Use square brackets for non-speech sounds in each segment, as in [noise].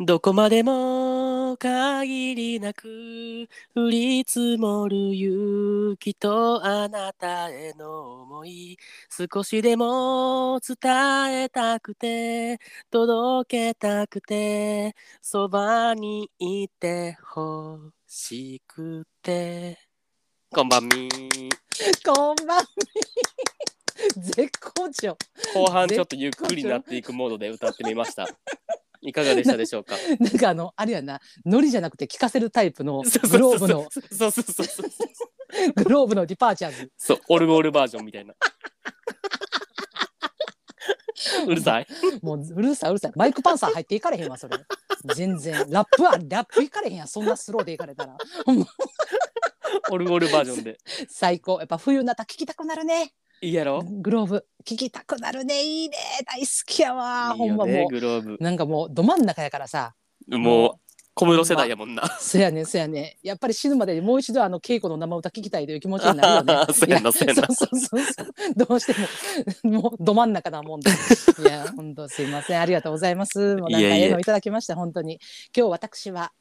どこまでも限りなく降り積もる勇気とあなたへの思い少しでも伝えたくて届けたくてそばにいてほしくてこんばんみこんばんみ。 [laughs] 絶好調。後半ちょっとゆっくりになっていくモードで歌ってみま [laughs] したいかがでしたでしょう [laughs] かなんかあの、あれやな、ノリじゃなくて聞かせるタイプのそうグそロうーブの、そうそうそうそうグローブの [laughs] ディパーチャーズ。そう、オルゴールバージョンみた [laughs] いな。うるさい。もう [laughs] うるさいうるさい。マイクパンサー入っていかれへんわ、それ。全然。ラップは、ラップいかれへんやん、そんなスローでいかれたら。オルゴールバージョンで。最高。やっぱ冬になったら聞きたくなるね。いいやろ。グローブ。聞きたくなるね。いいね。大好きやわ。いいほんよまねも、グローう。なんかもう、ど真ん中やからさ。ブ。もう小室世代やもんな。そやねんそやねんやっぱり死ぬまでにもう一度あの稽古の生歌聞きたいという気持ちになるよ [laughs] ね。そうやないそうやなそうそうそうそうどうしてももうど真ん中な [laughs] もんで。いや本当すいませんありがとうございます。もうなんいえかいえええのいただきました本当に。今日私は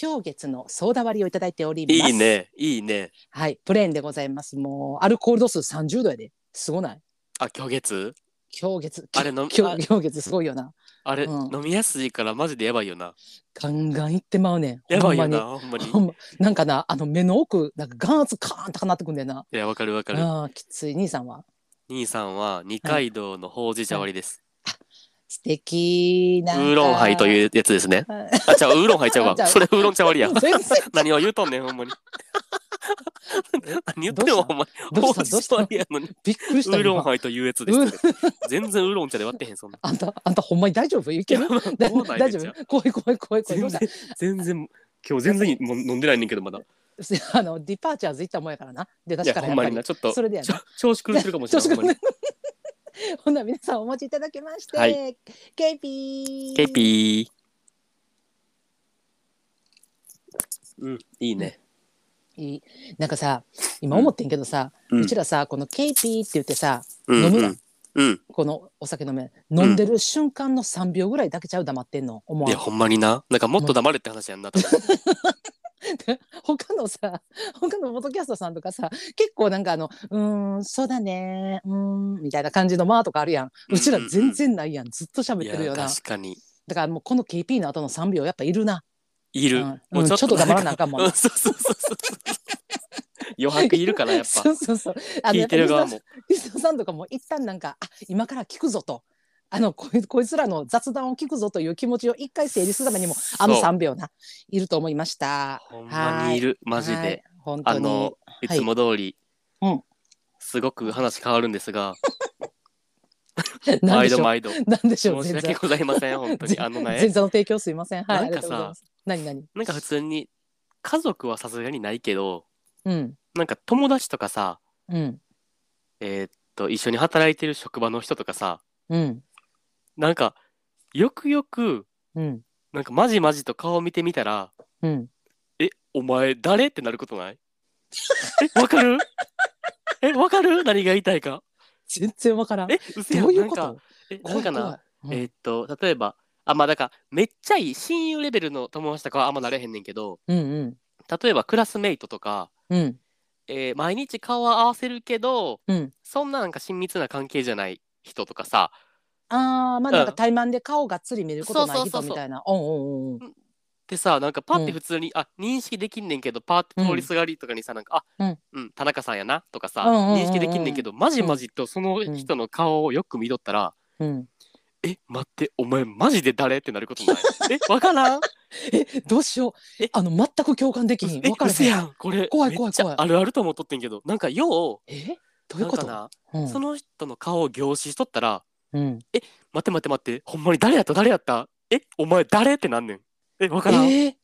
今月のソーダ割りをいただいております。いい。ね、いいね。はいプレーンでございます。もうアルコール度数三十度やで。すごない。あ、今日月。今月あれ飲み今日今月すごいよな。あれ、うん飲みやすいから、マジでやばいよな。ガンガンいってまうねん。やばいよほんまな、ほんまに。に。ほんまなんかなあの目の奥なんか眼圧カーン高なってくんだよな。いや、わかるわかる。ああ、きつい兄さんは。兄さんは二階堂のほうじ茶割りです。素敵ウな。ーロンハイとう。いうやつですね。全あ、違う、ウーロンハイちゃう [laughs] ちゃわ。うそれウーロン茶割りや。然。 [laughs] 何を言うとんねん、ほ [laughs] んまに。何言ってんの、どうしたほんまに。どほううしたじ茶割りやのに。びっくりしウたーロン今。ハイと優越ですウー。全然ウーロン茶で割ってへん、そん [laughs] な。あんた、あんたほんまに大丈夫いけるいやだどうなんや大じ丈ゃ夫怖い怖い怖い怖い。全どうし然、全然、今日全然もう飲んでないねんけど、まだ。たあの、ディパーチャーズ行ったもんやからな。で、い確や、かにほんやまにっぱりな、。ちょっとそ、れでやちょな。調子狂ってるかもしれない。調ほ子んま狂にっほんなら皆さんお持ちいただきまして、はいケイピー。ケイピー。うん、いいね。いいなんかさ、今思ってんけどさ、ううんちらさ、このケイピーって言ってさ、うん飲むうやん。うん。このお酒飲め、飲んでる瞬間の3秒ぐらいだけちゃう黙ってんの思わいんや、ほんまにな。なんかもっと黙れって話やんな。多分他のさ他のポッドキャストさんとかさ結構なんかあの「うーんそうだねうーん」みたいな感じの「まあ」とかあるやんうちら全然ないやんずっとい喋ってや、るよな確かに。だからもうこの KP の後の3秒やっぱいるな、いうる。んもううんちょっと黙らなあかんもんうん [laughs] そうそうそうそう。余白いるから、やっぱ [laughs] そ。うそうそうあの聞やいっぱてりるリス側ナもー。リスナーさんとかも一旦なんか「あ今から聞くぞ」と。あのこいこいつらの雑談を聞くぞという気持ちを一回整理するためにもあのそう3秒ないると思いました。ほんまにいる。マジはでい。。本当あにの、いつも通り、はいうんすごく話変わるんです [laughs] が、 [laughs] 何で毎しょ度う毎度。申何でしょうし前訳座ございません、本 [laughs] 当に。あの前ね、座の提供すいません。はい、なあんりかがとうさございます。何何なんか普通に、家族はさすがにないけど、うんなんか友達とかさ、うんえーっと、一緒に働いてる職場の人とかさ、うんなんか、よくよく、うんなんかまじまじと顔を見てみたら、うん。え、お前誰ってなることないえ、わかるえ、わかる何が言いたいか。全然わからん。え、うせどういうこなんとか、？え、なんかな、怖い怖い。えーっと例えばあまあだからめっちゃいい親友レベルの友達とかはあんまなれへんねんけどうんうん例えばクラスメイトとか、うんえー毎日顔は合わせるけどうん。そんななんか親密な関係じゃない人とかさああまあなんか対マンで顔がっつり見ることないそうそうそう人そうみたいな。うんうんうんでさなんかパってうん普通に、あ認識できんねんけどパって通りすがりとかにさ、なんかあうんうん田中さんやなとかさ、うんうんうんうん認識できんねんけどマジマジとその人の顔をよく見とったら、うん。え待ってお前マジで誰ってなることないえわからんえどうしようえ。あの全く共感できひん。えわから嘘へん。やんこれ怖いめ怖い怖いっちゃあるあると思っとってんけどなんかようえどういなうんこかと？な、うんその人の顔を凝視しとったらうん。 「待って待って待ってほんまに誰やった誰やったえお前誰?」ってなんねんえわえからん、ー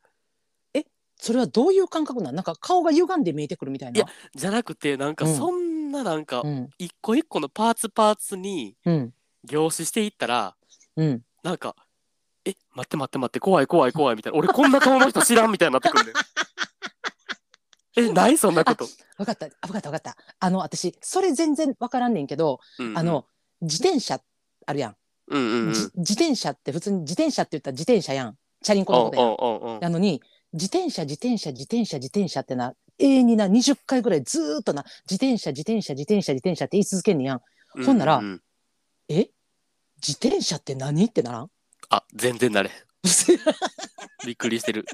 えそれはどういう感覚なん？なんか顔が歪んで見えてくるみたいいな。やじゃなくてなんかうんそんななんかうん一個一個のパーツパーツにうん凝視していったらうん。なんか「え待って待って待って怖い怖い怖い」みたいな「俺こんな顔の人知らん」みたいになってくる [laughs] ねんえないそんなこと、わかった。あわかったわかった。あの私それ全然わからんねんけど。うんあの自転車あるやん、うんうんうんじ自転車って普通に自転車って言ったら自転車やんチャリンコのことやんうんうんうんなのに自転車自転車自転車自転車ってな永遠にな20回ぐらいずーっとな自転車自転車自転車自転車って言い続けんねやんうん。ほんならううえ自転車って何ってならん [laughs] あ、全然なれへん。うせやびっくりして [laughs] る。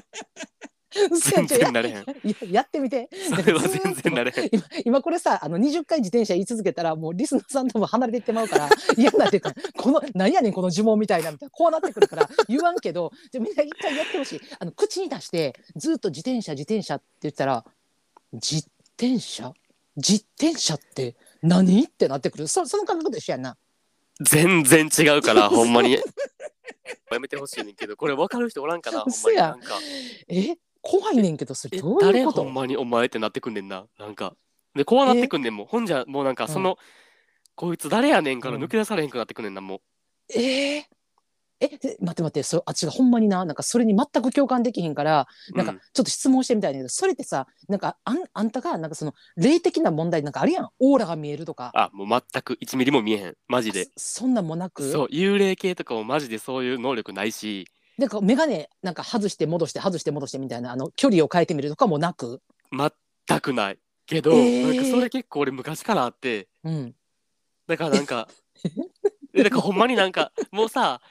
うせや全ちょや然なれへん。ややってみてそれは全然なれへん。今今これさあの20回自転車言い続けたらもうリスナーさんとも離れていってまうから [laughs] 嫌になってくるこの何やねんこの呪文みたいなみたいなこうなってくるから言わんけどじゃあみんな一回やってほしいあの口に出してずっと自転車自転車って言ったら自転車自転車って何ってなってくるそその感覚と一緒やんな全然違う [laughs] から、ほんまに。やめてほしいねんけど、これ分かる人おらんかな、ほんま嘘に。やなんか、え怖いねんけどそれえどうい誰うこほとんまにお前ってなってくんねんな。なんか。で、こうなってくんねんもん。ほんじゃ、もうなんか、その、こいつ誰やねんから抜け出されへんくなってくんねんな、もう。えーええ待って待ってそあ違うほんまにななんかそれに全く共感できひんからなんかうんちょっと質問してみたいんだけど、それってさなんかあんあんたがなんかその霊的な問題なんかあるやんオーラが見えるとかあ、もう全く1ミリも見えへん。マジで。そそんなんもなくそう、幽霊系とかもマジでそういう能力ないし、なんか眼鏡なんか外して戻して外して戻してみたいなあの距離を変えてみるとかもなく、全くない。けど、えーなんかそれ結構俺昔からあって、うん、だからなん [laughs] か、えだからほんまになんか、もうさ、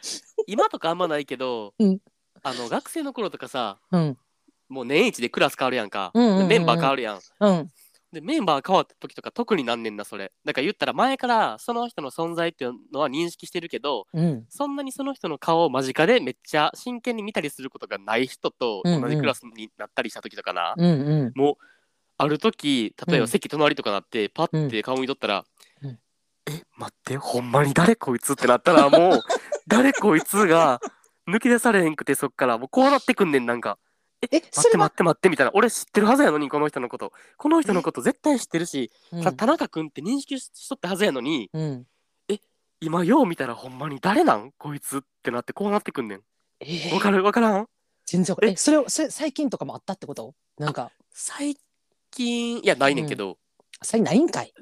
今とかあんまないけど、うんあの学生の頃とかさ、うんもう年一でクラス変わるやんか、うんうんうんうんでメンバー変わるやん。うんでメンバー変わった時とか特になんねんなそれだから言ったら前からその人の存在っていうのは認識してるけど、うんそんなにその人の顔を間近でめっちゃ真剣に見たりすることがない人とうんうん同じクラスになったりした時とかな、うんうんもうある時例えうばん席隣とかなってパッて顔見とったら「うんえ待ってほんまに誰こいつ?」ってなった [laughs] らもう誰こいつが抜き出されへんくてそっからもうこうなってくんねんなんか。え待そって待れはって待ってみたいな俺知ってるはずやのにこの人のことこの人のこと絶対知ってるし、た田中君って認識ししとったはずやのにうんうん今よう見たらほんまに誰なんこいつってなってこうなってくんねんえわーかるわからん全然わかんええそれをそれ最近とかもあったってことなんか最近いやないねんけど、最近ないんかい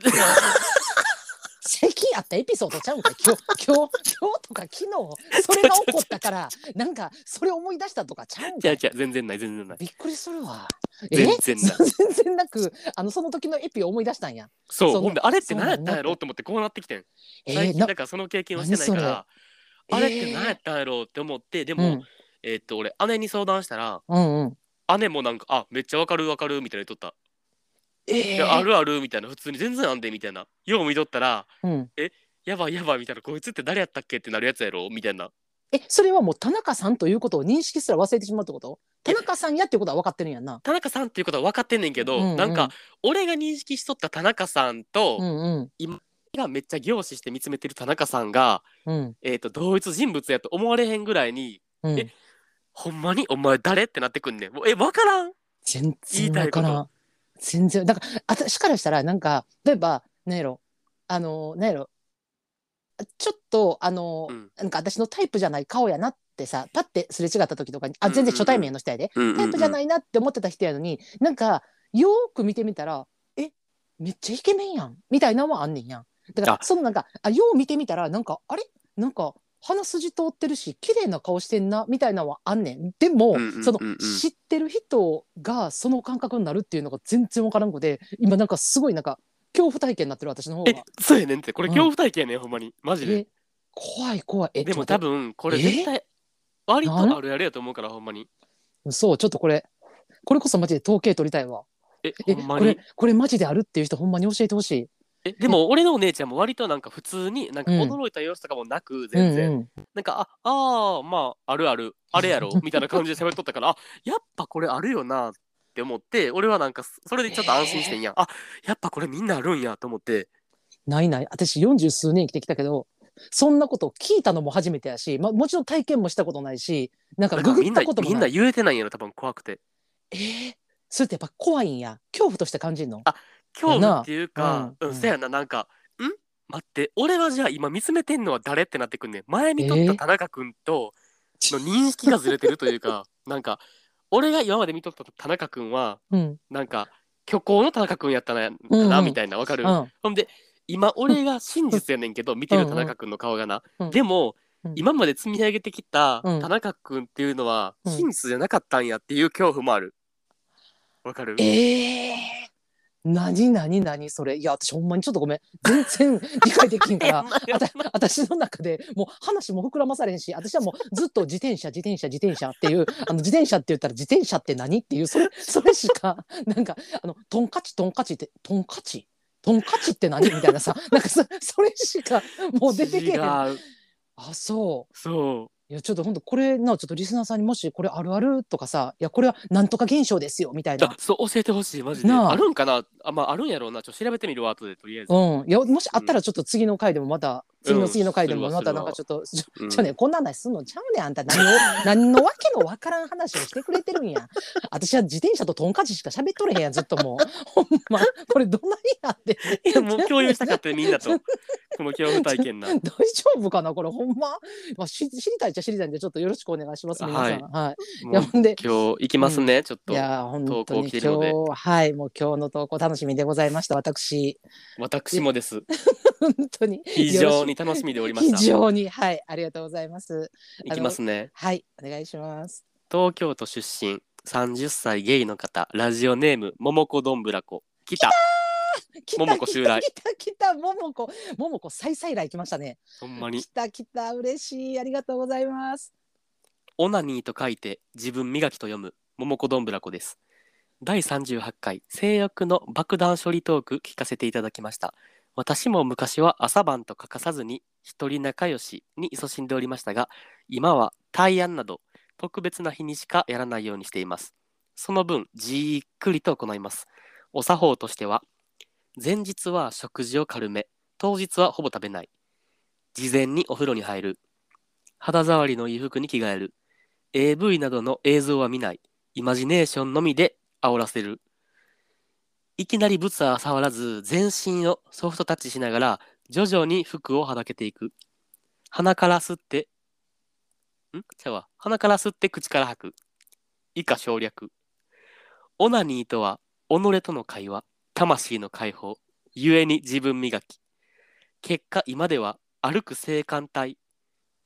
最近あったエピソードちゃうんかい今日今日今日とか昨日それが起こったからなんかそれ思い出したとかちゃうんじかゃいじゃ全然ない全然ないびっくりするわえ全然ないそう全然なくあのその時のエピを思い出したんやそうそんなほんであれってそんな何やのったんやろうと思ってこうなってきてんえ最ー、近なだからその経験をしてないから、あれって何やったんやろうって思ってでうも、んえーっと俺姉に相談したらうんうん姉もなんか「あめっちゃわかるわかる」みたいな言っとった「いえやあるある」みたいな普通に全然あんでみたいなよう見とったらうん、 「やばいやばい」みたいな「こいつって誰やったっけ?」ってなるやつやろみたいなえそれはもう田中さんということを認識すら忘れてしまうってこと田中さんやってことは分かってるんやんな田中さんっていうことは分かってんねんけど、うんうんなんか俺が認識しとった田中さんと、うんうんがめっちゃ凝視して見つめてる田中さんが、うんえー、と同一人物やと思われへんぐらいにうんえほんまにお前誰ってなってくんねんもうえ分からん全言い然たいわこかとらん全然だから私からしたらなんか例えば何やろあの何やろちょっとあの、うんなんか私のタイプじゃない顔やなってさパッてすれ違った時とかにうあんうんうん全然初対面の人やで、タイプじゃないいなって思ってた人やのに、なんかよーく見てみたらえめっちゃイケメンやんみたいなのもあんねんやんだからあそのなんかあよう見てみたらなんかあれなんか鼻筋通ってるし綺麗な顔してんなみたいなのはあんねんでも、うんうんうんうんその知ってる人がその感覚になるっていうのが全然わからんくで今なんかすごいなんか恐怖体験になってる私の方えがそうやねんってこれうん恐怖体験やねん、ほんまにマジでえ怖い怖いえでも多分分これ絶対割となんあるあるやと思うからほんまにそうちょっとこれこれこそマジで統計取りたいわええほんまこにれこれマジであるっていう人ほんまに教えてほしいえでも俺のお姉ちゃんも割となんか普通になんかうん驚いた様子とかもなく全然、うんうんなんかああーまああるあるあれや [laughs] ろみたいな感じで喋っとったからあやっぱこれあるよなって思って俺はなんかそそれでちょっと安心してんやん、あやっぱこれみんなあるんやと思ってないない私四十数年生きてきたけどそんなこと聞いたのも初めてやし、ま、もちろん体験もしたことないしなんかなんグかグみっんなたこともみんなない言えてないんやろ多分怖くてえーそれってやっぱ怖いんや恐怖として感じるのあ恐怖っていうかなあう、うんんせやななんかん待って俺はじゃあ今見つめてんのは誰ってなってくんねん前見とっえたー田中君との認識がずれてるという [laughs] かなんか俺が今まで見とった田中君はうんなんか虚構の田中君やったなかうんなうんみたいなわかる、うんほんで今俺が真実やねんけど見てる田中君の顔がな、うんでもうん今まで積み上げてきたうん田中君っていうのは、うん真実じゃなかったんやっていう恐怖もある。わか [laughs] るええ何何何それいや私ほんまにちょっとごめん全然理解できんからあた私の中でもう話も膨らまされへんし私はもうずっと自転車自転車自転車っていうあの自転車って言ったら自転車って何っていうそ [laughs] れそれしかなんかあのトンカチトンカチってトンカチトンカチって何みたい [laughs] なさなんかそそれしかもう出てけへんあ違うそうそう。いやちょっと本当これなちょっとリスナーさんにもしこれあるあるとかさいやこれはなんとか現象ですよみたいなあそう教えてほしいマジでなああるんかなあまああるんやろうなちょっと調べてみるわ後でとりあえず、うん、いやもしあったらちょっと次の回でもまた、次の次の回でもうんまたなんかちょっと、ちょうんちょねこんな話すんのちゃうねんあんた何 [laughs] を何のわけのわからん話をしてくれてるんや私は自転車とトンカチしか喋っとれへんやんずっともう [laughs] ほんまこれどないやっていやもう共有したかったみんなとこの恐怖体験な大丈夫かなこれほんま、まあ、し知りたいっちゃ知りたいんでちょっとよろしくお願いします皆さはんいはい、いもやうほんで今日行きますね、ちょっいとや本当投稿に来て今るので日はいもう今日の投稿楽しみでございました私私もです本当に非常に楽しみでおりました非常にはいありがとうございます行きますねはい、お願いします。東京都出身30歳ゲイの方ラジオネームももこどんぶらこ来たき桃子襲来来た来た桃子桃子再再来来ましたね。ほんまに来た来た嬉しいありがとうございます。 [laughs] オナニーと書いて自分磨きと読むももこどんぶらこです第38回性欲の爆弾処理トーク聞かせていただきました私も昔は朝晩と欠かさずに一人仲良しに勤しんでおりましたが今は対案など特別な日にしかやらないようにしていますその分じっくりと行いますお作法としては前日は食事を軽め当日はほぼ食べない事前にお風呂に入る肌触りのいい服に着替える AV などの映像は見ないイマジネーションのみで煽らせるいきなりブツは触らず全身をソフトタッチしながら徐々に服をはだけていく鼻から吸ってんちゃうわ鼻から吸って口から吐く以下省略オナニーとは己との会話魂の解放故に自分磨き結果今では歩く性感帯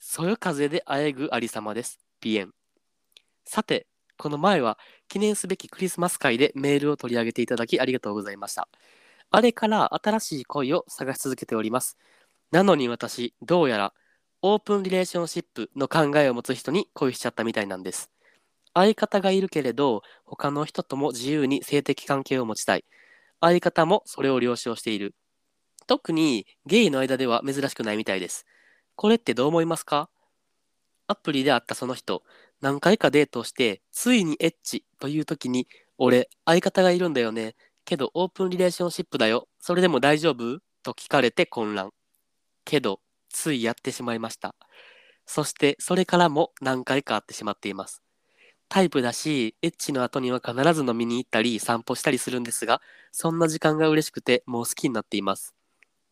そよ風であえぐありさまですピエンさてこの前は記念すべきクリスマス会でメールを取り上げていただきありがとうございましたあれから新しい恋を探し続けておりますなのに私どうやらオープンリレーションシップの考えを持つ人に恋しちゃったみたいなんです相方がいるけれど他の人とも自由に性的関係を持ちたい相方もそれを了承している特にゲイの間では珍しくないみたいですこれってどう思いますかアプリで会ったその人何回かデートをしてついにエッチという時に俺相方がいるんだよねけどオープンリレーションシップだよそれでも大丈夫と聞かれて混乱けどついやってしまいましたそしてそれからも何回か会ってしまっていますタイプだしエッチの後には必ず飲みに行ったり散歩したりするんですがそんな時間が嬉しくてもう好きになっています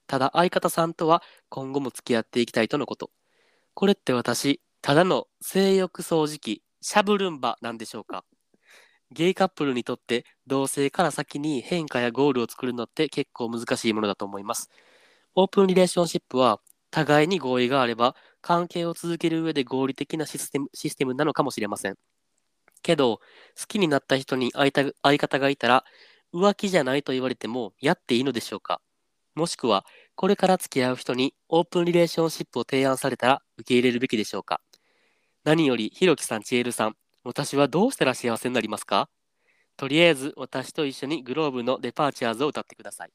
ただ相方さんとは今後も付き合っていきたいとのことこれって私、ただの性欲掃除機、シャブルンバなんでしょうかゲイカップルにとって同性から先に変化やゴールを作るのって結構難しいものだと思います。オープンリレーションシップは互いに合意があれば関係を続ける上で合理的なシステムシステムなのかもしれません。けど好きになった人に相た相方がいたら浮気じゃないと言われてもやっていいのでしょうかもしくはこれから付き合う人にオープンリレーションシップを提案されたら受け入れるべきでしょうか何よりひろきさんちえるさん私はどうしたら幸せになりますかとりあえず私と一緒にグローブのデパーチャーズを歌ってください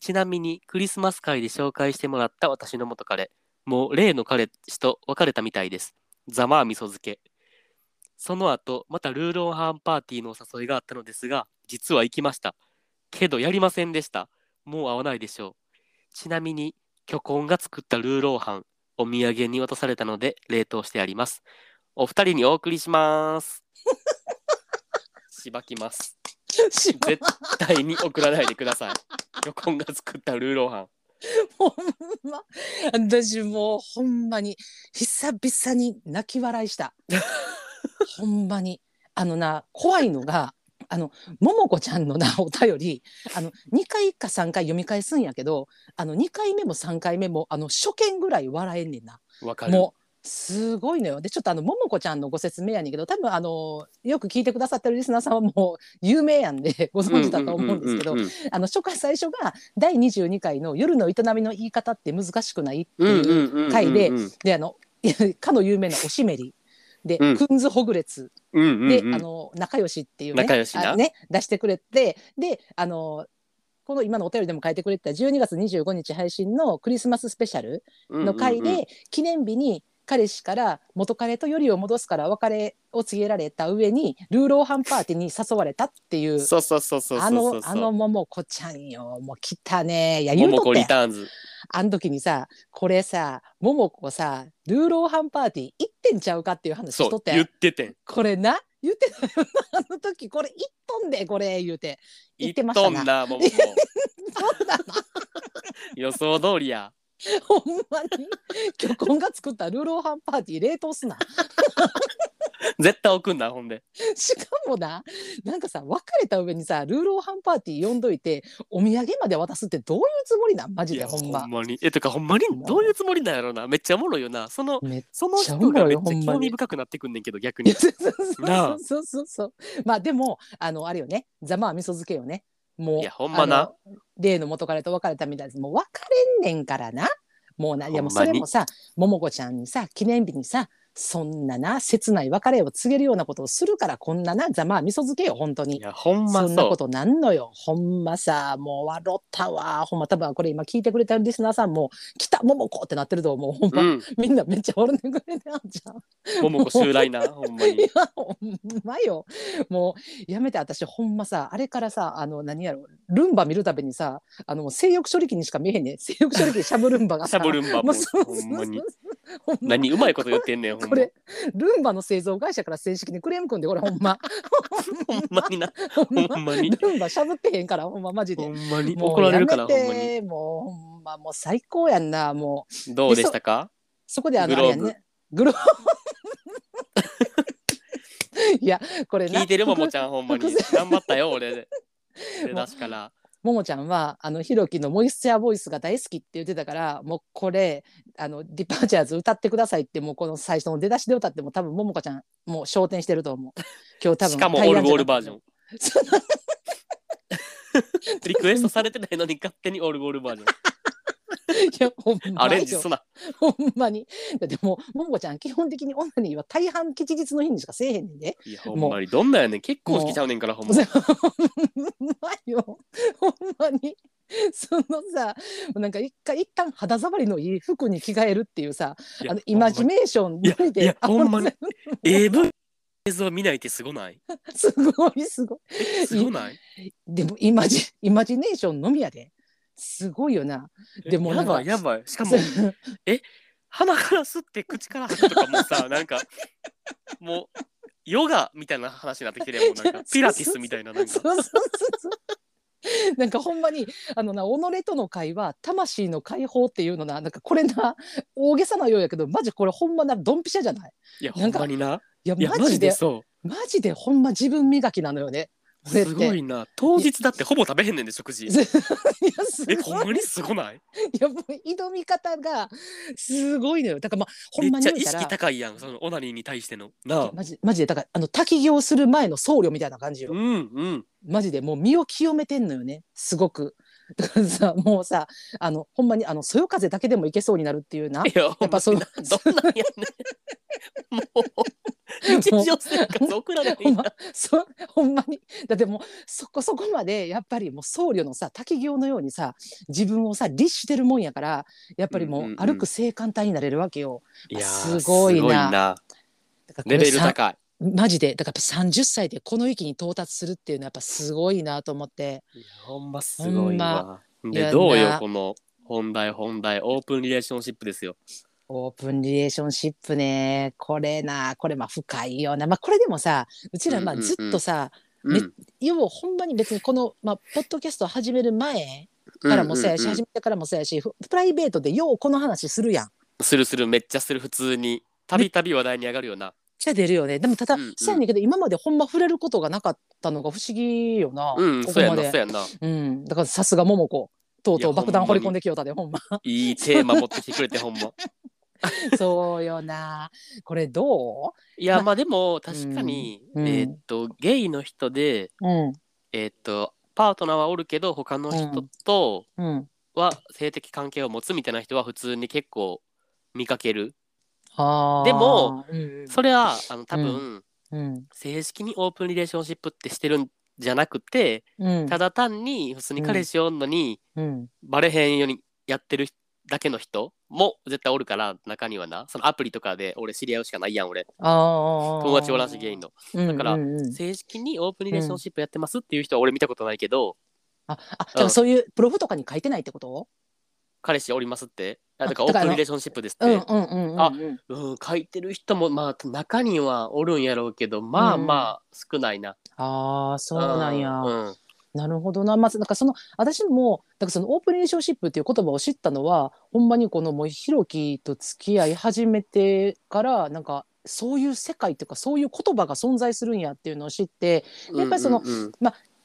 ちなみにクリスマス会で紹介してもらった私の元彼もう例の彼氏と別れたみたいですざまあ味噌漬けその後またルーロンハンパーティーのお誘いがあったのですが実は行きましたけどやりませんでしたもう会わないでしょうちなみに、巨根が作ったルーローハン、お土産に渡されたので冷凍してあります。お二人にお送りします。しばきます。し絶対に送らないでください。巨根が作ったルーローハン。ほんま私もうほんまに久々に泣き笑いした [laughs] ほんまにあのな怖いのがあの桃子ちゃんのなお便りあの2回か3回読み返すんやけどあの2回目も3回目もあの初見ぐらい笑えんねんなわかる。もうすごいのよでちょっとあのももこちゃんのご説明やねんけど多分あのよく聞いてくださってるリスナーさんはもう有名やんで [laughs] ご存知だと思うんですけどううあの初回最初が第22回の「夜の営みの言い方って難しくない?」ってうんうんいううんうんうん回で、うんであの [laughs] かの有名なおしめりで、うんくんずほぐれつうんうんで、あの仲良しっていうね仲良しなあね出してくれてであのこの今のお便りでも書いてくれてた12月25日配信のクリスマススペシャルの回で、うんうんうん記念日に彼氏から元彼とよりを戻すから別れを告げられた上にルーローハンパーティーに誘われたっていうそうそうそうそうそうそうあのあの桃子ちゃんよもう来たねいや言う桃と子ってリターンズあの時にさこれさ桃子さルーローハンパーティー行ってんちゃうかっていう話そしとうったやん言っててんこれな言ってたよなあの時これ行っとんでこれ言うて言ってましたとなんな桃子 [laughs] 予想通りやほんまに巨根が作ったルーローハンパーティー冷凍すな絶対送んなほんでしかもななんかさ別れた上にさルーローハンパーティー呼んどいてお土産まで渡すってどういうつもりなんマジいでやほほんまんまにえとかほんまにどういうつもりなんやろうなめっちゃおもろいよなそのめっそのちゃ人おもがろめっいよちゃほん興まに味深くなってくんねんけど逆いにやそうそうなあそうそうそうそうまあでもあのあれよねざまあ味噌漬けよねもういやほんまなあの例の元彼と別れたみたいですもう別れんねんからなもうないやもうほんまそにれもさ桃子ちゃんにさ記念日にさそんなな切ない別れを告げるようなことをするからこんななざまあ味噌漬けよ本当いに。やほんまそんなそこうとなんのよ。ほんまさ、もう笑ったわ。ほんま、多分これ今聞いてくれてるリスナーさんも、来た、桃子ってなってると思う。ほんま、うんみんなめっちゃ笑ってくれてあんじゃん。 [laughs] 桃子襲来なほんまいやにほんまよもうやめて私ほんまさあれからさあの何やろルンバ見るたびにさあのもう性欲処理器にしか見えへんねん性欲処理器にシャブルンバがしさゃぶるんばももうそううそうほそうんまにほんま何うまいこと言ってんねんほんこまれルンバの製造会社から正式にクレームくんでこ [laughs] れほんまほんまになほんほまんまにルンバしゃぶってへんからほんまマジほで。んまに [laughs] も怒うられやるめからほんまにてもうほんまもう最高やんなもうどうでしたかそこであのグあロれーやブねグローブ [laughs] いやこれな聞いてるももちゃんほんまに伏線頑張ったよ俺出だしからももちゃんはあのひろきのモイスチャーボイスが大好きって言ってたからもうこれあのディパーチャーズ歌ってくださいってもうこの最初の出だしで歌っても多分ももこちゃんもう昇天してると思う今日多分しかもオ対ル談ゴールバーじジゃョなンくてそうリクエストされてないのに勝手にオルゴール [laughs] バージョンいやほんまアよレンジすなほんまにだってもうももこちゃん基本的に女には大半吉日の日にしかせえへんねんでいやほんまにどんなんやねん結構好きちゃうねんから [laughs] ほんまそうほんまよほんまにそのさなんか一回一旦肌触りのいい服に着替えるっていうさいやあのイマジネーションだけいやでいやほんまにあの AV 映像見ないってすごない [laughs] すごいすごいえすごないでもイマジイマジネーションのみやですごいよなえでもなやんかばいやばいし [laughs] かも鼻から吸って口から吐くとかもさなんかもうヨガみたいな話になってきてるやんもうなんかピラティスみたいななんそかうそうそうそうなんかほんまにあのな己との会話魂の解放っていうのななんかこれな大げさなようやけどマジこれほんまなドンピシャじゃないいやほなんんかまにないやいやママジジででそマジでほんま自分磨きなのよねうこれっすてごいな当日だってほぼ食べへんねんで食事 [laughs] いやすえごいほんまにすごないいやもう挑み方がすごいのよだからまあほめんっまにちゃ見意たら識高いやんそのオナニーに対してのなあマジマジでだからあの滝行する前の僧侶みたいな感じよ、うんうんマジでもう身を清めてんのよねすごく [laughs] だからさもうさあのほんまにあのそよ風だけでもいけそうになるっていうないややっぱ [laughs] そのほんまになどんなんやねんもう日常生活送られてほいんいまな、そ [laughs] ほんまにだってもうそこそこまでやっぱりもう僧侶のさ滝行のようにさ自分をさ律してるもんやからやっぱりもうんううんうん歩く性感帯になれるわけよ。 [laughs] いやすーごいなすごいなだからこれレベルさ高いマジでだからやっぱ30歳でこの域に到達するっていうのはやっぱすごいなと思っていやほんますほごんいまわ。いやでどうよなこの本題本題オープンリレーションシップですよ。オープンリレーションシップねこれなこれまあ深いよなまあこれでもさうちらまあうんうんうんずっとさ、うんね要はほんまに別にこの、まあ、ポッドキャストを始める前からもそうやし、うんうんうん始めてからもそうやしふプライベートでようこの話するやん。するするめっちゃする普通にたびたび話題に上がるよな。じゃ出るよねでもただ、うんうんそうやねんけど今までほんま触れることがなかったのが不思議よな、うんこそこうやまんなそうで、やんな。うん、だからさすが桃子とうとういや爆弾ほんまに掘り込んできよったでほんまいいテーマ持ってきてくれてほんま。 [laughs] そうよな。これどいやまあまあでも確かに、うんえーっとゲイの人でううん。えーっとパートナーはおるけど他の人とうん。は性的関係を持つみたいな人は普通に結構見かける、あーでも、うんそれはあの多分、うん。正式にオープンリレーションシップってしてるんじゃなくてうん。ただ単に普通に彼氏おんのにうん。バレへんようにやってるだけの人も絶対おるから中にはなそのアプリとかで俺知り合うしかないやん俺ああ。友達おらんしゲイのだからうんうんうん正式にオープンリレーションシップやってますっていう人は俺見たことないけど、あ、あ、だからそういうプロフとかに書いてないってこと彼氏おりますってあだかあらオだーからプンリレーションシップですっうんうてん、うんうん。あうん、書いてる人もまあ中にはおるんやろうけどまあうんまあ少ないな、ああ、そうなんや。うんなるほどな。まず、なんかその、私も、だからそのオープンリレーションシップっていう言葉を知ったのは、ほんまにこのもう、ひろきと付き合い始めてから、なんか、そういう世界っていうか、そういう言葉が存在するんやっていうのを知って、やっぱりそうのんうんうん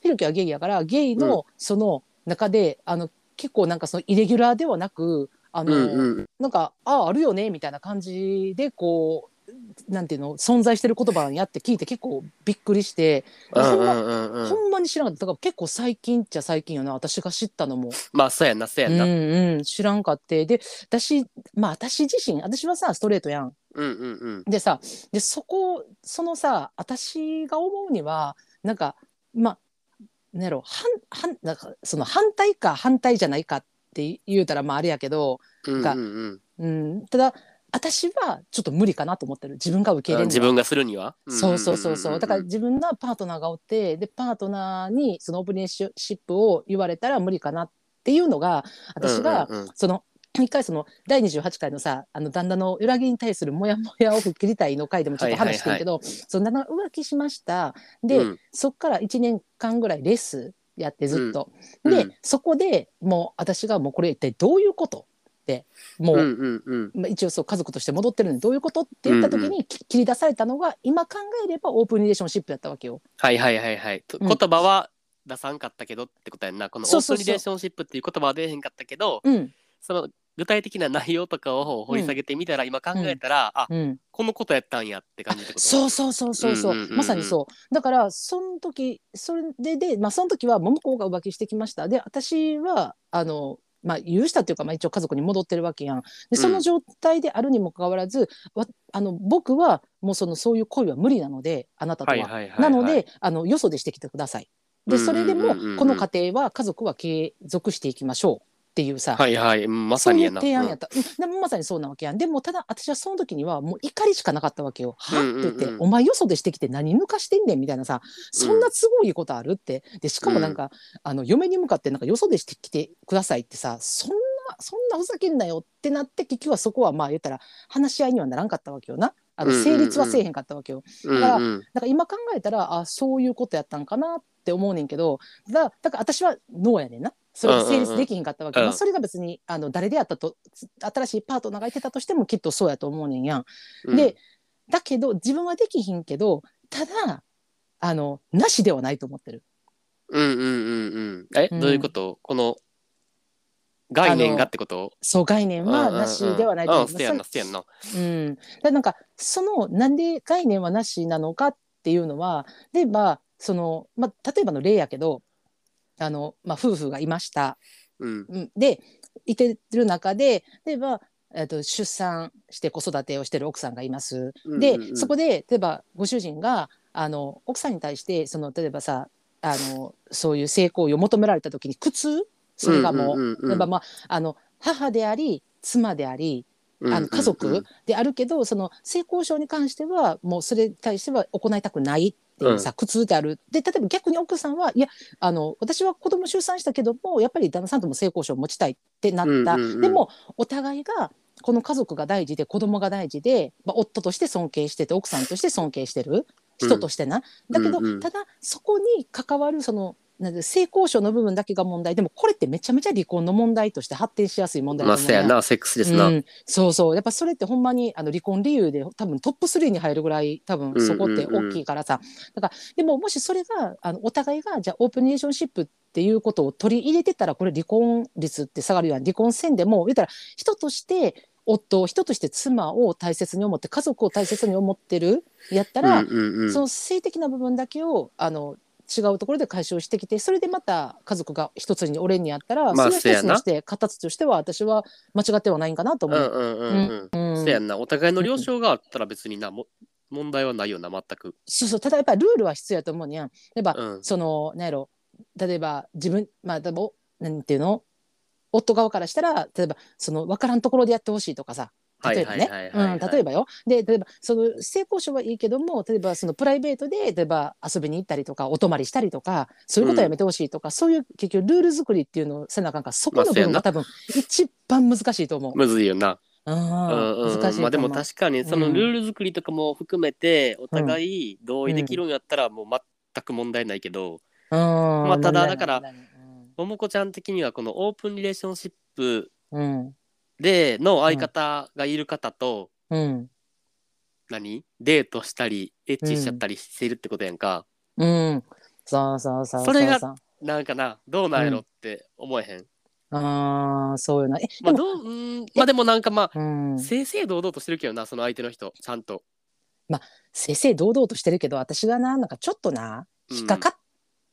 ひろきはゲイやから、ゲイのその中で、あの、結構なんかそのイレギュラーではなく、あの、うんうんなんか、ああ、あるよね、みたいな感じで、こう、なんていうの、存在してる言葉なんやって聞いて結構びっくりして、うんうんうんうんほんまに知らなかった。だから結構最近っちゃ最近よな、私が知ったのも。まあそうやんなそうやんな、ううんんうん、知らんかって。で、私、まあ私自身、私はさ、ストレートやん。うんうんでさ、で、そこ、そのさ、私が思うには、なんか、まあ、なんやろ、反、反、なんか、その反対か反対じゃないかって言うたら、まああれやけど、うんがうんうんうん、ただ、私はちょっと無理かなと思ってる。自分が受け入れうんるのは自分がするにはそうそうそうそう。だからん自分のパートナーがおって、で、パートナーにそのオープンリレーシップを言われたら無理かなっていうのが、私が、うんうんうんその、一回その第28回のさあの旦那の裏切りに対するモヤモヤを吹っ切りたいの回でもちょっと話してるけど、その旦那が浮気しましたで、うんそっから1年間ぐらいレッスンやってずっと、うんで、うんそこでもう私がもうこれ一体どういうことってもう、うんうんうんまあ、一応そう家族として戻ってるのにどういうことって言った時に、き切り出されたのが今考えればオープンリレーションシップやったわけよ。はいはいはいはい、とうん言葉は出さんかったけどってことやんなこのオそーうプそうそうンリレーションシップっていう言葉は出えへんかったけどうんその具体的な内容とかを掘り下げてみたら、今考えたら、あうん、このことやったんやって感じってことそうそうそうそうそう,、うんうんうんうんまさにそうだからその時それでで、まあ、その時はもう向こうが浮気してきましたで私はあの、まあ、許したっていうか、まあ、一応家族に戻ってるわけやんでその状態であるにもかかわらず、わあの僕はもうそのそういう恋は無理なのであなたとは。はいはいはいはいなのであのよそでしてきてください。でそれでうんもうんうんうんこの家庭は家族は継続していきましょうっていうさ、はいはいうんまそさうにいやうな提案やった、うんでもまさにそうなわけやんでもただ私はその時にはもう怒りしかなかったわけよ「はうんうんうんって言って、お前よそでしてきて何抜かしてんねん」みたいなさそんな都合いいことあるってでしかもなんか、あの嫁に向かってなんかよそでしてきてくださいってさそんなそんなふざけんなよってなって結局はそこはまあ言ったら話し合いにはならんかったわけよなあのうんうんうん成立はせえへんかったわけよ。うんだからうんだから今考えたらあそういうことやったんかなって思うねんけどだだから私はノーやねんなそれが成立できひんかったわけ、うんうんうんまあ、それが別にあの誰であったとつ新しいパートナーがいてたとしてもきっとそうやと思うねんやん。うんでだけど自分はできひんけどただあのなしではないと思ってる。うんうんうんうんえ、うんどういうことこの概念がってことそう概念はなしではないとうんうんうんう思ん捨てやんな捨てやんなうん、だなんかそのなんで概念はなしなのかっていうのはでまあその、まあ、例えばの例やけどあの、まあ、夫婦がいました、うんうん、でいてる中で例えば、えっと出産して子育てをしてる奥さんがいます。で、そこでで例えばご主人があの奥さんに対してその例えばさあのそういう性行為を求められた時に苦痛それがもう,、う例えばまああの母であり妻でありあの家族であるけど、その性交渉に関してはもうそれに対しては行いたくないっていうさ、苦痛であるで例えば逆に奥さんはいやあの私は子供出産したけどもやっぱり旦那さんとも性交渉を持ちたいってなった、うんうんうんでもお互いがこの家族が大事で子供が大事で、まあ、夫として尊敬してて奥さんとして尊敬してる人としてな、だけど、うんうんただそこに関わるそのなんて性交渉の部分だけが問題でもこれってめちゃめちゃ離婚の問題として発展しやすい問題まあと思そううのよやなセックスですな、うん、そうそうやっぱそれってほんまにあの離婚理由で多分トップ3に入るぐらい多分そこって大きいからさ、だからでももしそれがあのお互いがじゃあオープンリレーションシップっていうことを取り入れてたらこれ離婚率って下がるやん離婚せんでも言ったら人として夫を人として妻を大切に思って家族を大切に思ってるやったら、うんうんうんその性的な部分だけをあの違うところで解消してきてそれでまた家族が一つに俺にあったら、まあそれはせ一つやなにして形としては私は間違ってはないんかなとうん思う。うんうんううんん。せやんな、お互いの了承があったら別にな、も問題はないよな、全く。そうそうただやっぱりルールは必要やと思うにゃん。やっぱ、うんそのなんやろ例えば自分まあでもなんていうの夫側からしたら例えばその分からんところでやってほしいとかさはい例えはばいねはいはいはいうん例えばよで例えばその性交渉はいいけども例えばそのプライベートで例えば遊びに行ったりとかお泊まりしたりとかそういうことはやめてほしいとか、そういう結局ルール作りっていうのをせなあかんからそこの部分まあが多分一番難しいと思う。むずいよな。うんうんうん難しいと思う。まあでも確かにそのルール作りとかも含めてお互い同意できるんやったらもう全く問題ないけど、まあただだからももこちゃん的にはこのオープンリレーションシップうんでの相方がいる方とうん何デートしたりエッチしちゃったりしてるってことやんか、うんそうそうそううそれがうなんかなどうなんやろって思えへん、ああ、そうよな。え、まであも、どううんまあでもなんかまあうん、正々堂々としてるけどなその相手の人ちゃんと、正々堂々としてるけど、私がな、なんかちょっとな、うん引っかかっ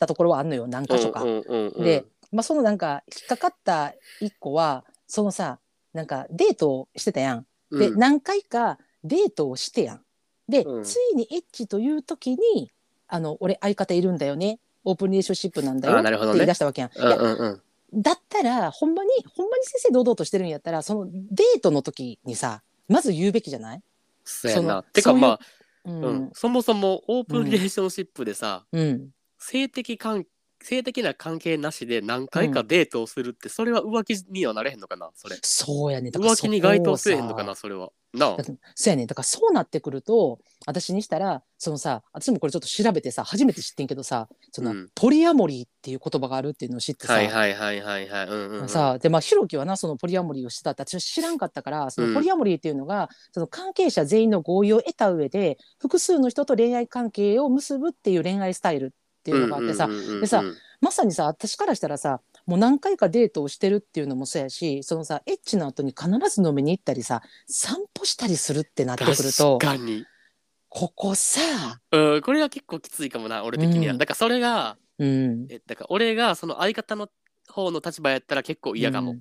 たところはあんのよ、何うん箇所か。うんうんうんで、まあ、そのなんか、引っかかった一個は、そのさ、なんかデートをしてたやん。で、うん何回かデートをしてやん。で、うんついにエッチという時に、あの、俺相方いるんだよね。オープンリレーションシップなんだよあーっなるほどねて言い出したわけやん。うんうんうんだったらほんまにほんまに先生堂々としてるんやったらそのデートの時にさまず言うべきじゃない、そうやそなのてかそういうまあうんうん、そもそもオープンリレーションシップでさ、うん、性的関性的な関係なしで何回かデートをするって、それは浮気にはなれへんのかなそれそうやねだから浮気に該当せえへんのかなそそれはなあこをさだってそうやねだからそうなってくると私にしたらそのさ私もこれちょっと調べてさ初めて知ってんけどさその、うんポリアモリーっていう言葉があるっていうのを知ってさ、はいはいはいはいはいうんうんうんさでまあ、ひろきはなそのポリアモリーをしてたって私は知らんかったからそうんのポリアモリーっていうのが、その関係者全員の合意を得た上で複数の人と恋愛関係を結ぶっていう恋愛スタイルっていうのがあってさ、うんうんうんうんでさまさにさ私からしたらさもう何回かデートをしてるっていうのもそうやしそのさエッチの後に必ず飲みに行ったりさ散歩したりするってなってくる確とかに、ここさ、うん、これは結構きついかもな俺的には、うんだからそれがうん、えだから俺がその相方の方の立場やったら結構嫌かも、うん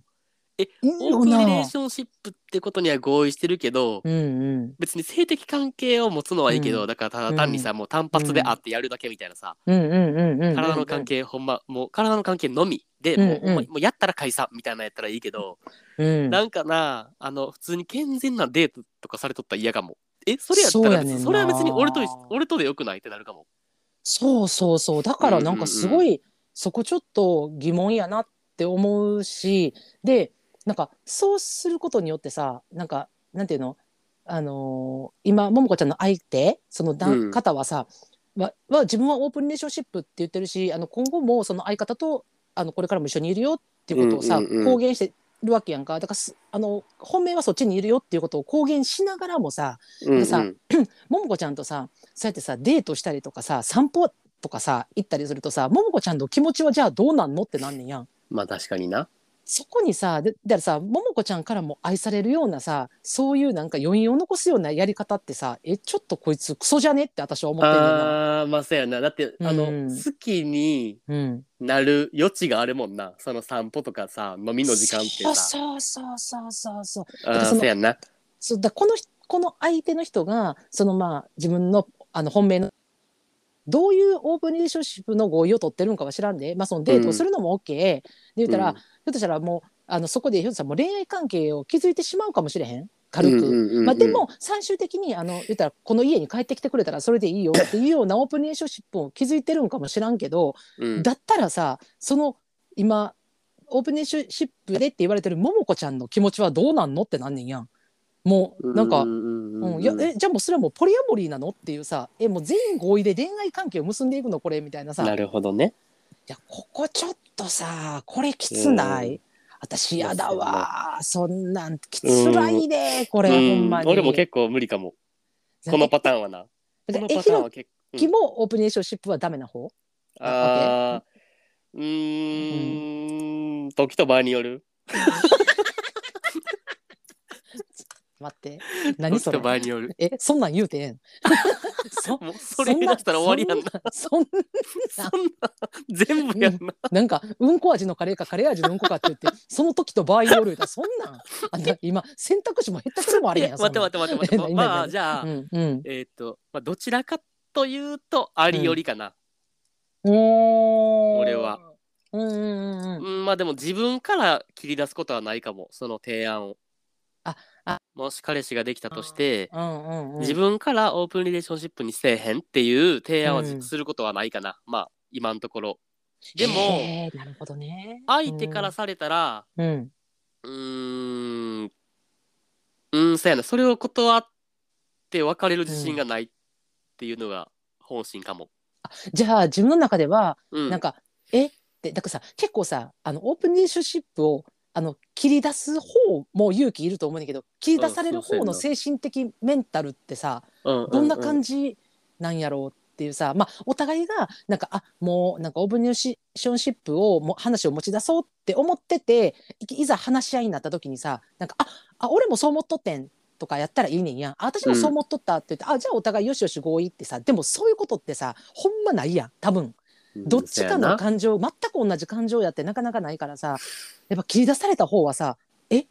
えいいオーよプンなリレーションシップってことには合意してるけど、うんうん別に性的関係を持つのはいいけど、うだからただ単にさ、もう単発で会ってやるだけみたいなさ、うんうんうんうん体の関係ほんまもう体の関係のみで、うんもううんもうもうやったら解散みたいなのやったらいいけど、うんなんかなあの普通に健全なデートとかされとったら嫌かもえそれやったら別そうやねんになそれは別に俺とい俺とでよくないってなるかもそうそうそうだからなんかすごい、そこちょっと疑問やなって思うしでなんかそうすることによってさなんかなんていうのあのー今ももこちゃんの相手そのだ、うん方はさはは自分はオープンリレーションシップって言ってるしあの今後もその相方とあのこれからも一緒にいるよっていうことをさ、うんうんうん公言してるわけやんかだからすあの本命はそっちにいるよっていうことを公言しながらもさ、でさうんうんももこちゃんとさそうやってさデートしたりとかさ散歩とかさ行ったりするとさももこちゃんの気持ちはじゃあどうなんのってなんねんやん。まあ確かになそこにさでだからさももこちゃんからも愛されるようなさそういうなんか余韻を残すようなやり方ってさえちょっとこいつクソじゃねって私は思ってんねんな。あーまあそうやなだってあの、うん好きにうん、なる余地があるもんなその散歩とかさ飲みの時間ってさそうそうそうそうそうあーそのそうやんなそうだこの人この相手の人がそのまあ自分のあの本命のどういうオープンリレーションシップの合意を取ってるんかは知らんで、まあ、そのデートをするのも OK で言ったら、うんひょっとしたらもうあのそこでひょっとしたらもう恋愛関係を築いてしまうかもしれへん軽く。うんうんうんうんまあ、でも最終的にあの言ったらこの家に帰ってきてくれたらそれでいいよっていうようなオープンリレーションシップを築いてるんかもしらんけど、うんだったらさその今オープンリレーションシップでって言われてるももこちゃんの気持ちはどうなんのってなんねんやん。もうなんか、ううんん、いやえじゃあもうそれはもうポリアモリーなのっていうさえもう全員合意で恋愛関係を結んでいくのこれみたいなさなるほどね。いやここちょっとさこれきつない、うん私やだわそんなんきつらいで、これ、ほんまうに俺も結構無理かも。このパターンはな。このえパひターンろは結き構。もオープンレーションシップはダメなう方ん、あーうーん、時と場合による。待って。ど何っちそかれ場合による。え、そんなん言うてええん。 [laughs] そもうそれ言い出したら終わりやんな。そんな、そそんなんな、全部やんな。なんか、うんこ味のカレーかカレー味のうんこかって言 [laughs] って、その時と場合による言うたらそんなん。あんな今、選択肢も減ったくれもあれいやや [laughs] ん。待って待って待って待っ [laughs] て。何まあ、何じゃあ、うん、うん。えーっと、まあ、どちらかというと、ありよりかな。おー俺は。うんうんうんうん。うん、まあでも自分から切り出すことはないかも、その提案を。ああもし彼氏ができたとして、うんうんうん、自分からオープンリレーションシップにせえへんっていう提案はうんすることはないかな、まあ今のところ。でもへーなるほどね相手から、されたら、うんうんうーん、うーん、そうやな、それを断って別れる自信がないっていうのが本心かも。じゃあ自分の中ではうん、なんか、えってだからさ結構さあのオープンリーションシップをあの切り出す方も勇気いると思うんだけど切り出される方の精神的メンタルってさうん、どんなじ感じなんやろうっていうさ、まあ、お互いがなんかあもうなんかオープンリーションシップをもう話を持ち出そうって思ってていいざ話し合いになった時にさなんかああ俺もそう思っとってんとかやったらいいねんやんあ私もそう思っとったって言って、あじゃあお互いよしよし合意ってさでもそういうことってさほんまないやん多分。どっちかの感情全く同じ感情やってなかなかないからさやっぱ切り出された方はさ「え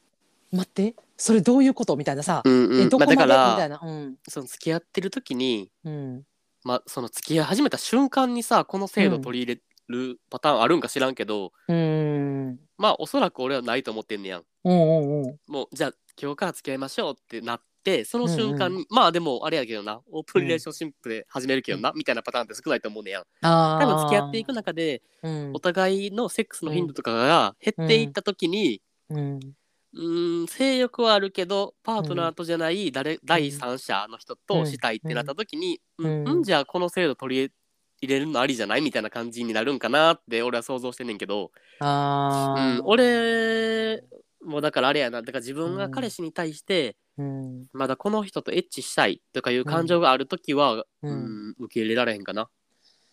待ってそれどういうこと?」みたいなさ「うんうえん、どこまあだまで?」みからたいな。うんその付き合ってる時に、うんまあ、その付き合い始めた瞬間にさこの制度取り入れるパターンあるんか知らんけど、うんまあおそらく俺はないと思ってんねやん。うんうんうんもうじゃあ今日から付き合いましょうってなってその瞬間に、まあでもあれやけどなオープンリレーションシップで始めるけどな、みたいなパターンって少ないと思うねやん。あ多ー分付き合っていく中でうんお互いのセックスの頻度とかが減っていった時に、うんうん、ん性欲はあるけどパートナーとじゃない誰、第三者の人としたいってなった時に、ううんんうんうんじゃあこの制度取り入れるのありじゃないみたいな感じになるんかなって俺は想像してんねんけど。あうん、ー俺もだからあれやなだから自分が彼氏に対して、うんまだこの人とエッチしたいとかいう感情がある時は、ううんん受け入れられへんかな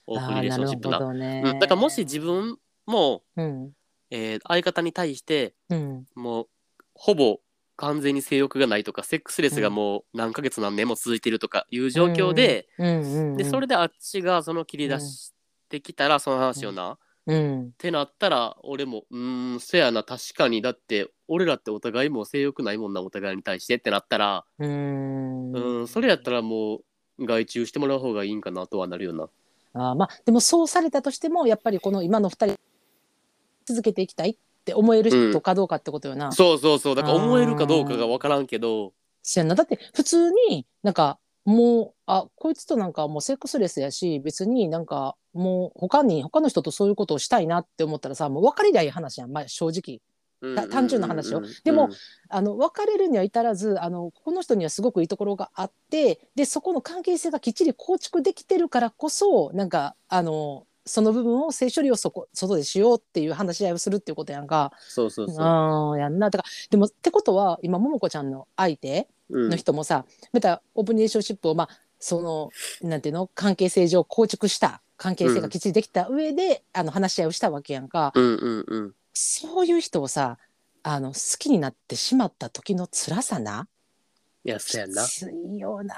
オープンあリーレーなションるシップなほどねうん、だからもし自分も、うんえー相方に対してうんもうほぼ完全に性欲がないとかセックスレスがもう何ヶ月何年も続いてるとかいう状況で,、うんうんでそれであっちがその切り出してきたら、その話をな、うんってなったら俺もうーんせやな確かにだって俺らってお互いもう性欲ないもんなお互いに対してってなったらうんうーんそれやったらもう外注してもらう方がいいんかなとはなるよなあーまあでもそうされたとしてもやっぱりこの今の二人続けていきたいって思える人かどうかってことよな。そうそうそうだから思えるかどうかが分からんけどせやんなだって普通になんかもうあこいつとなんかもうセックスレスやし別になんかもう他に他の人とそういうことをしたいなって思ったらさもう別れりゃいい話やん、まあ、正直た単純な話よでもあの別れるには至らずあのこの人にはすごくいいところがあってでそこの関係性がきっちり構築できてるからこそなんかあのその部分を性処理をそこ外でしようっていう話し合いをするっていうことやんか。そうそうそうあーやんなだからでもってことは今ももこちゃんの相手、うんの人もさ、またオープンリレーションシップをまあそのなんていうの関係性上構築した関係性がきっちりできた上で、あの話し合いをしたわけやんか、うんうんうんそういう人をさあの好きになってしまった時の辛さないやそうやんなきついよな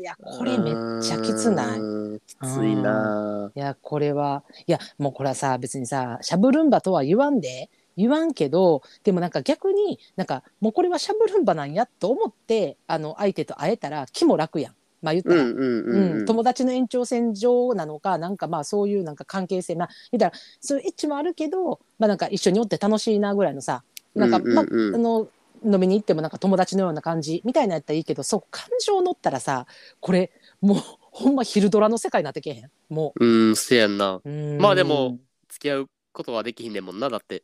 いやこれめっちゃきつないうーいんきついなやこれはいやもうこれはさ別にさしゃぶるんばとは言わんで言わんけどでもなんか逆になんかもうこれはしゃぶるんばなんやと思ってあの相手と会えたら気も楽やんまあ言ったうらんうんうんうん、友達の延長線上なのかなんかまあそういうなんか関係性まあ言ったらそういうエッチもあるけど、まあ、なんか一緒におって楽しいなぐらいのさなんか、うんうんまあうんあの飲みに行ってもなんか友達のような感じみたいなやったらいいけどそう感情乗ったらさこれもう [laughs] ほんま昼ドラの世界になってけへんもうんせやんなううんまあでも付き合うことはできひんねんもんなだって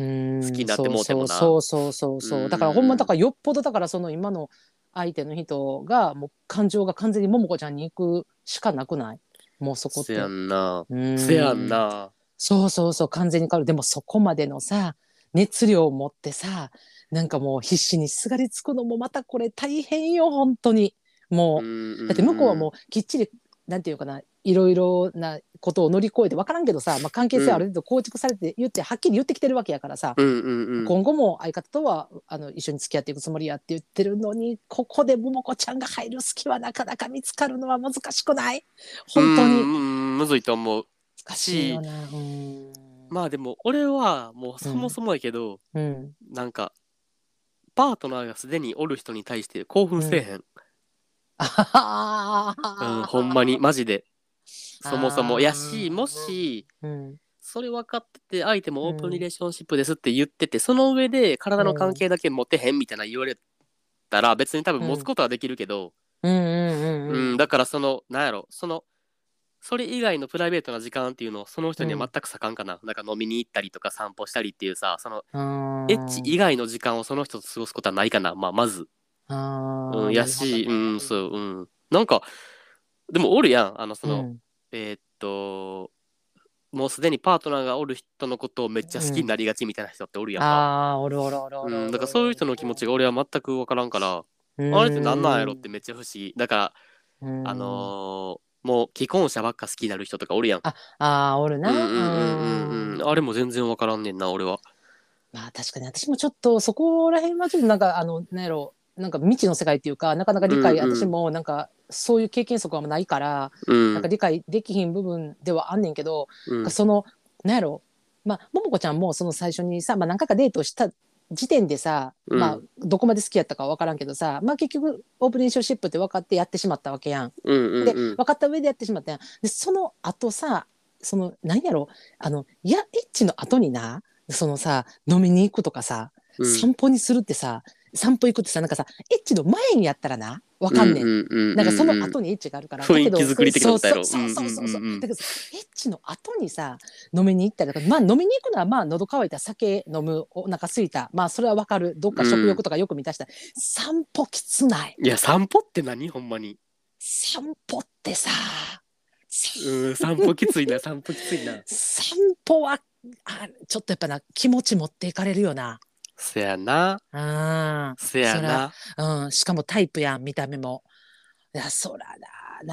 きになってもうてもなそうそうそうそうそうだからうんほんまだからよっぽどだからその今の相手の人がもう感情が完全に桃子ちゃんに行くしかなくないもうそこっせてやんなうんせやんなそうそうそう完全に変わるでもそこまでのさ熱量を持ってさなんかもう必死にすがりつくのもまたこれ大変よ本当にもう、だって向こうはもうきっちりなんていうかないろいろなことを乗り越えて分からんけどさ、まあ、関係性はある程度構築されて言って、はっきり言ってきてるわけやからさ、うんうんうん。今後も相方とはあの一緒に付き合っていくつもりやって言ってるのにここで桃子ちゃんが入る隙はなかなか見つかるのは難しくない本当うんにうんむずいと思う。難しいよな。うんまあでも俺はもうそもそもやけど、うん、なんかパートナーがすでにおる人に対して興奮せえへん。あうん、あほんまに、マジで。そもそあも。ーやし、もし、うんそれ分かってて、相手もオープンリレーションシップですって言ってて、その上で体の関係だけ持てへんみたいな言われたら、別に多分持つことはできるけど、うんうう、んうんんうんだからその、なんやろ、その、それ以外のプライベートな時間っていうのをその人には全く盛んかな。なんか飲みに行ったりとか散歩したりっていうさ、そのあーエッチ以外の時間をその人と過ごすことはないかな、まあ、まず。あーうん、やし、うん、うそう、うん。なんか、でもおるやん、あの、その、んえーっと、もうすでにパートナーがおる人のことをめっちゃ好きになりがちみたいな人っておるやんか。ああおるおるおるおうるおるん、だからそういう人の気持ちが俺は全く分からんから、うんあれってなんなんやろってめっちゃ不思議。だから、うんあのーもう既婚者ばっか好きになる人とかおるやん。あーおるうなんうんうんうんうん。あれも全然分からんねんな、俺は。まあ確かに私もちょっとそこら辺はちょっとなんかあのなんやろなんか未知の世界っていうかなかなか理解、うんうん私もなんかそういう経験則はあんまないから、うん。なんか理解できひん部分ではあんねんけど、うんそのなんやろまあ桃子ちゃんもその最初にさ、まあ、何回かデートした時点でさ、うんまあどこまで好きやったかは分からんけどさ、まあ、結局オープンリレーションシップって分かってやってしまったわけやん。うんうんでうん分。かった上でやってしまったやん。でその後さその何やろあのいやエッチの後になそのさ飲みに行くとかさ、うん散歩にするってさ散歩行くってさなんかさエッチの前にやったらな分かんねん。ううううなんかその後にエッチがあるから雰囲気作り的なことやろそうそうそうそうそううんうんうんうんだけどエッチの後にさ飲みに行ったりとかまあ飲みに行くのはまあ喉乾いた酒飲むお腹空いたまあそれはわかるどっか食欲とかよく満たした、散歩きつないいや、散歩って何ほんまに。散歩ってささうん、散歩きついな、散歩きつ [laughs] いな。散歩はあちょっとやっぱな気持ち持っていかれるよなせやな、あせやな。うん、しかもタイプやん見た目も。いやそらな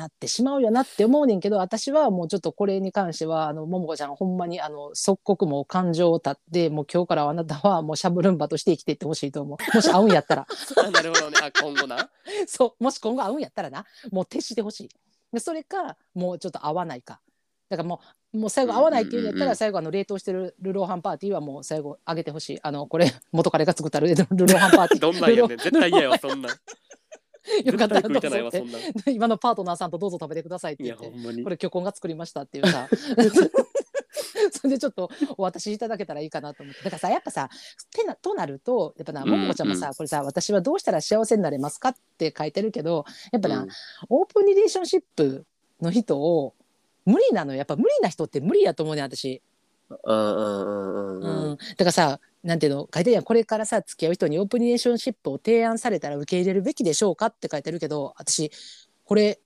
なってしまうよなって思うねんけど私はもうちょっとこれに関してはあの桃子ちゃんほんまにあの即刻もう感情を立ってもう今日からはあなたはもうしゃぶるんばとして生きていってほしいと思うもし会うんやったら [laughs] あ [laughs] なるほどね。あ、今後な。そうもし今後会うんやったらなもう徹してほしいでそれかもうちょっと会わないかだからもうもう最後会わないっていうんやったうんうんうら最後あの冷凍してるルローハンパーティーはもう最後あげてほしいあのこれ元彼が作ったルルローハンパーティ [laughs] ーどんなんやねルん。 [laughs] ロ絶対嫌やわ、そん [laughs] なん。よかったら絶対ど食いうたぞないわ、ってそんなん。い [laughs] 今のパートナーさんとどうぞ食べてくださいって言や、っほてんまにこ。れ虚婚が作りましたっていうさ [laughs] それでちょっとお渡しいただけたらいいかなと思ってだからさやっぱさてなとなるとやっぱなうんももこちゃんもさ、これさ「私はどうしたら幸せになれますか?」って書いてるけどやっぱな、オープンリレーションシップの人を無理なのよやっぱ無理な人って無理やと思うねん私。うんうんうんうんうんうん、だからさなんていうの書いてるやんこれからさ付き合う人にオープンリレーションシップを提案されたら受け入れるべきでしょうかって書いてるけど私これ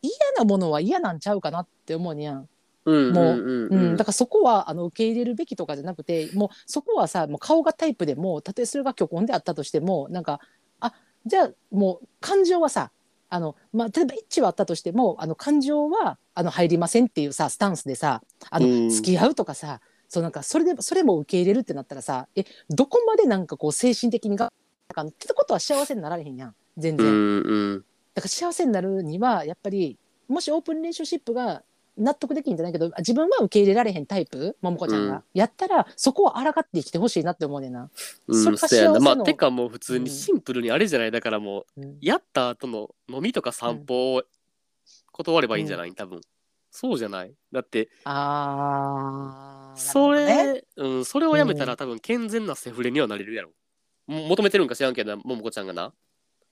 嫌なものは嫌なんちゃうかなって思うにゃん、うん。もうんうんうんだからそこはあの受け入れるべきとかじゃなくてもうそこはさもう顔がタイプでもたとえそれが虚婚であったとしてもなんかあじゃあもう感情はさあの、まあ、例えば一致はあったとしてもあの感情はあの入りませんっていうさスタンスでさあの、うん付き合うとかさそうなんかそれでそれも受け入れるってなったらさえどこまでなんかこう精神的にがなんかってことは幸せになられへんやんう全然、んうんだから幸せになるにはやっぱりもしオープンリレーションシップが納得できんじゃないけど自分は受け入れられへんタイプ桃子ちゃんが、うんやったらそこを抗って生きてほしいなって思うねんな、うそん。れがせやな。幸せまあ、のてかもう普通にうんシンプルにあれじゃない。だからもう、うんやった後の飲みとか散歩を断ればいいんじゃない多分。そうじゃないだって、あーそなるほどねれ、うん、それをやめたうら多分健全なセフレにはなれるやろ。も求めてるんか知らんけどな、ももこちゃんがな。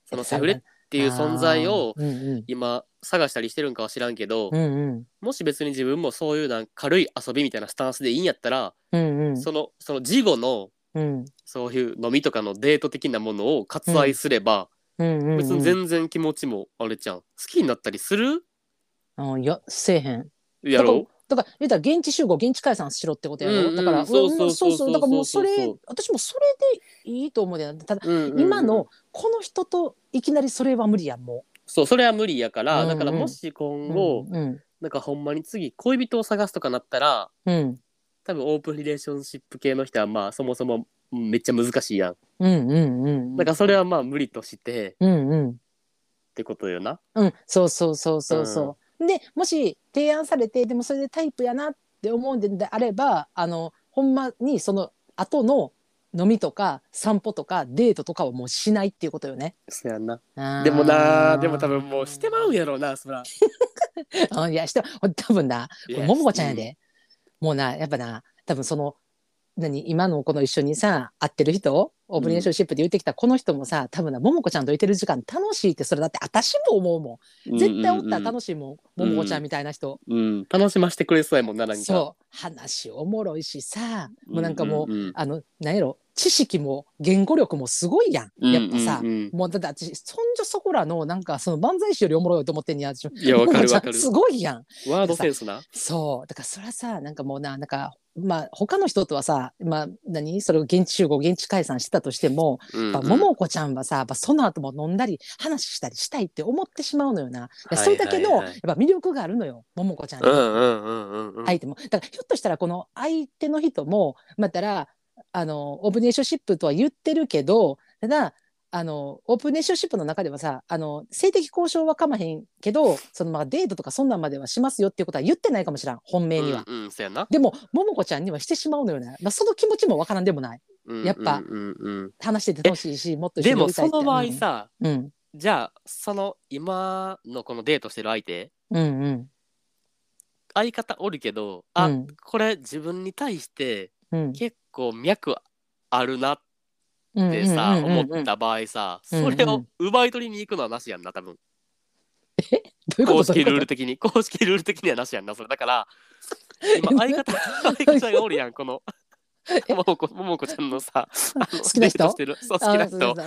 そのセフレっていう存在をあーうん今探したりしてるんかは知らんけどうんう、んもし別に自分もそういうなんか軽い遊びみたいなスタンスでいいんやったら、うんうんその、その事後のうんそういう飲みとかのデート的なものを割愛すれば、うんうん別に全然気持ちもあれじゃん。好きになったりするうんいやせえへんやろだから言うたら現地集合現地解散しろってことやうんろ、うんだからそうそううんそうそうだからもうそれそうそう私もそれでいいと思うねんただうんうんうん今のこの人といきなりそれは無理やんもうそうそれは無理やから、うんうんだからもし今うん後、うんなんかほんまに次恋人を探すとかなったらうん多分オープンリレーションシップ系の人はまあそもそもうんめっちゃ難しいやん、うんうんうんだからそれはまあ無理としてっうんうんてことよなうん、そうそうそうそうそう。でもし提案されてでもそれでタイプやなって思うんであればあのほんまにその後の飲みとか散歩とかデートとかはもうしないっていうことよね。そうやんなでもなでも多分もうして [laughs] まうんやろうなそらあいやして多分なこれももこちゃんやで、もうなやっぱな多分その何今のこの一緒にさ会ってる人オープンリレーションシップで言ってきたこの人もさ、多分なももこちゃんといてる時間楽しいってそれだって私も思うもん絶対おったら楽し,、しいもん、ももこちゃんみたいな人。うんうん、楽しましてくれそうやもんななんかそう話おもろいしさもうなんかもんう,、んんあのなんやろ知識も言語力もすごいやんやっぱさ、うんうんうんもうだって私そんじょそこらのなんかその漫才師よりおもろいと思ってんねや私もいやわかるわかももちゃんるすごいやんワードセンスなそうだからそりゃさなんかもうななんかまあ他の人とはさまあ何それを現地集合現地解散してたとしてもやっぱももこちゃんはさやっぱその後も飲んだり話したりしたいって思ってしまうのよな、いやそれだけのはいはいやはっいぱ魅力があるのよももこちゃんにうんうんうんうんうん相手も。だからひょっとしたらこの相手の人もまたらあのオープンネーションシップとは言ってるけどただあのオープンネーションシップの中ではさあの性的交渉はかまへんけどそのまあデートとかそんなんまではしますよっていうことは言ってないかもしらん本命には。うんうんそうやなでもももこちゃんにはしてしまうのよね、まあ、その気持ちもわからんでもないやっぱうんうんうんうん話してて楽しいしもっと一緒でにやもりたそいっての場合、さ、うん、じゃあその今のこのデートしてる相手うんうん相方おるけどあ、うんこれ自分に対してうん結構脈あるなっうんてさ、うんうんうんうん思った場合さ、うんうんそれを奪い取りに行くのはなしやんな多分、どういうこと公式どうルールいうこ的に公式ルール的にはなしやんなそれだ [laughs] から今相方相方がおるやんこの。ももこももこちゃんのさあの好きな人デートしてるそうと好きなあそうそう人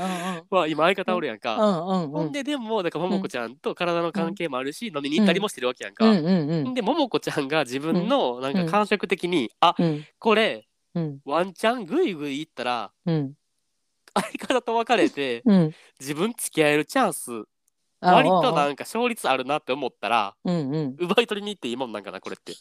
は今相方おるやんか、そううんうんうんほんででもだからももこちゃんと体の関係もあるし、飲みに行ったりもしてるわけやんか、うんうんうんでももこちゃんが自分のなんか感触的に、あうんこれうんワンチャングイグイ行ったらうん相方と別れてうん自分付き合えるチャンスあ割とおうなんか勝率あるなって思ったらおううんうん。奪い取りに行っていいもんなんかなこれって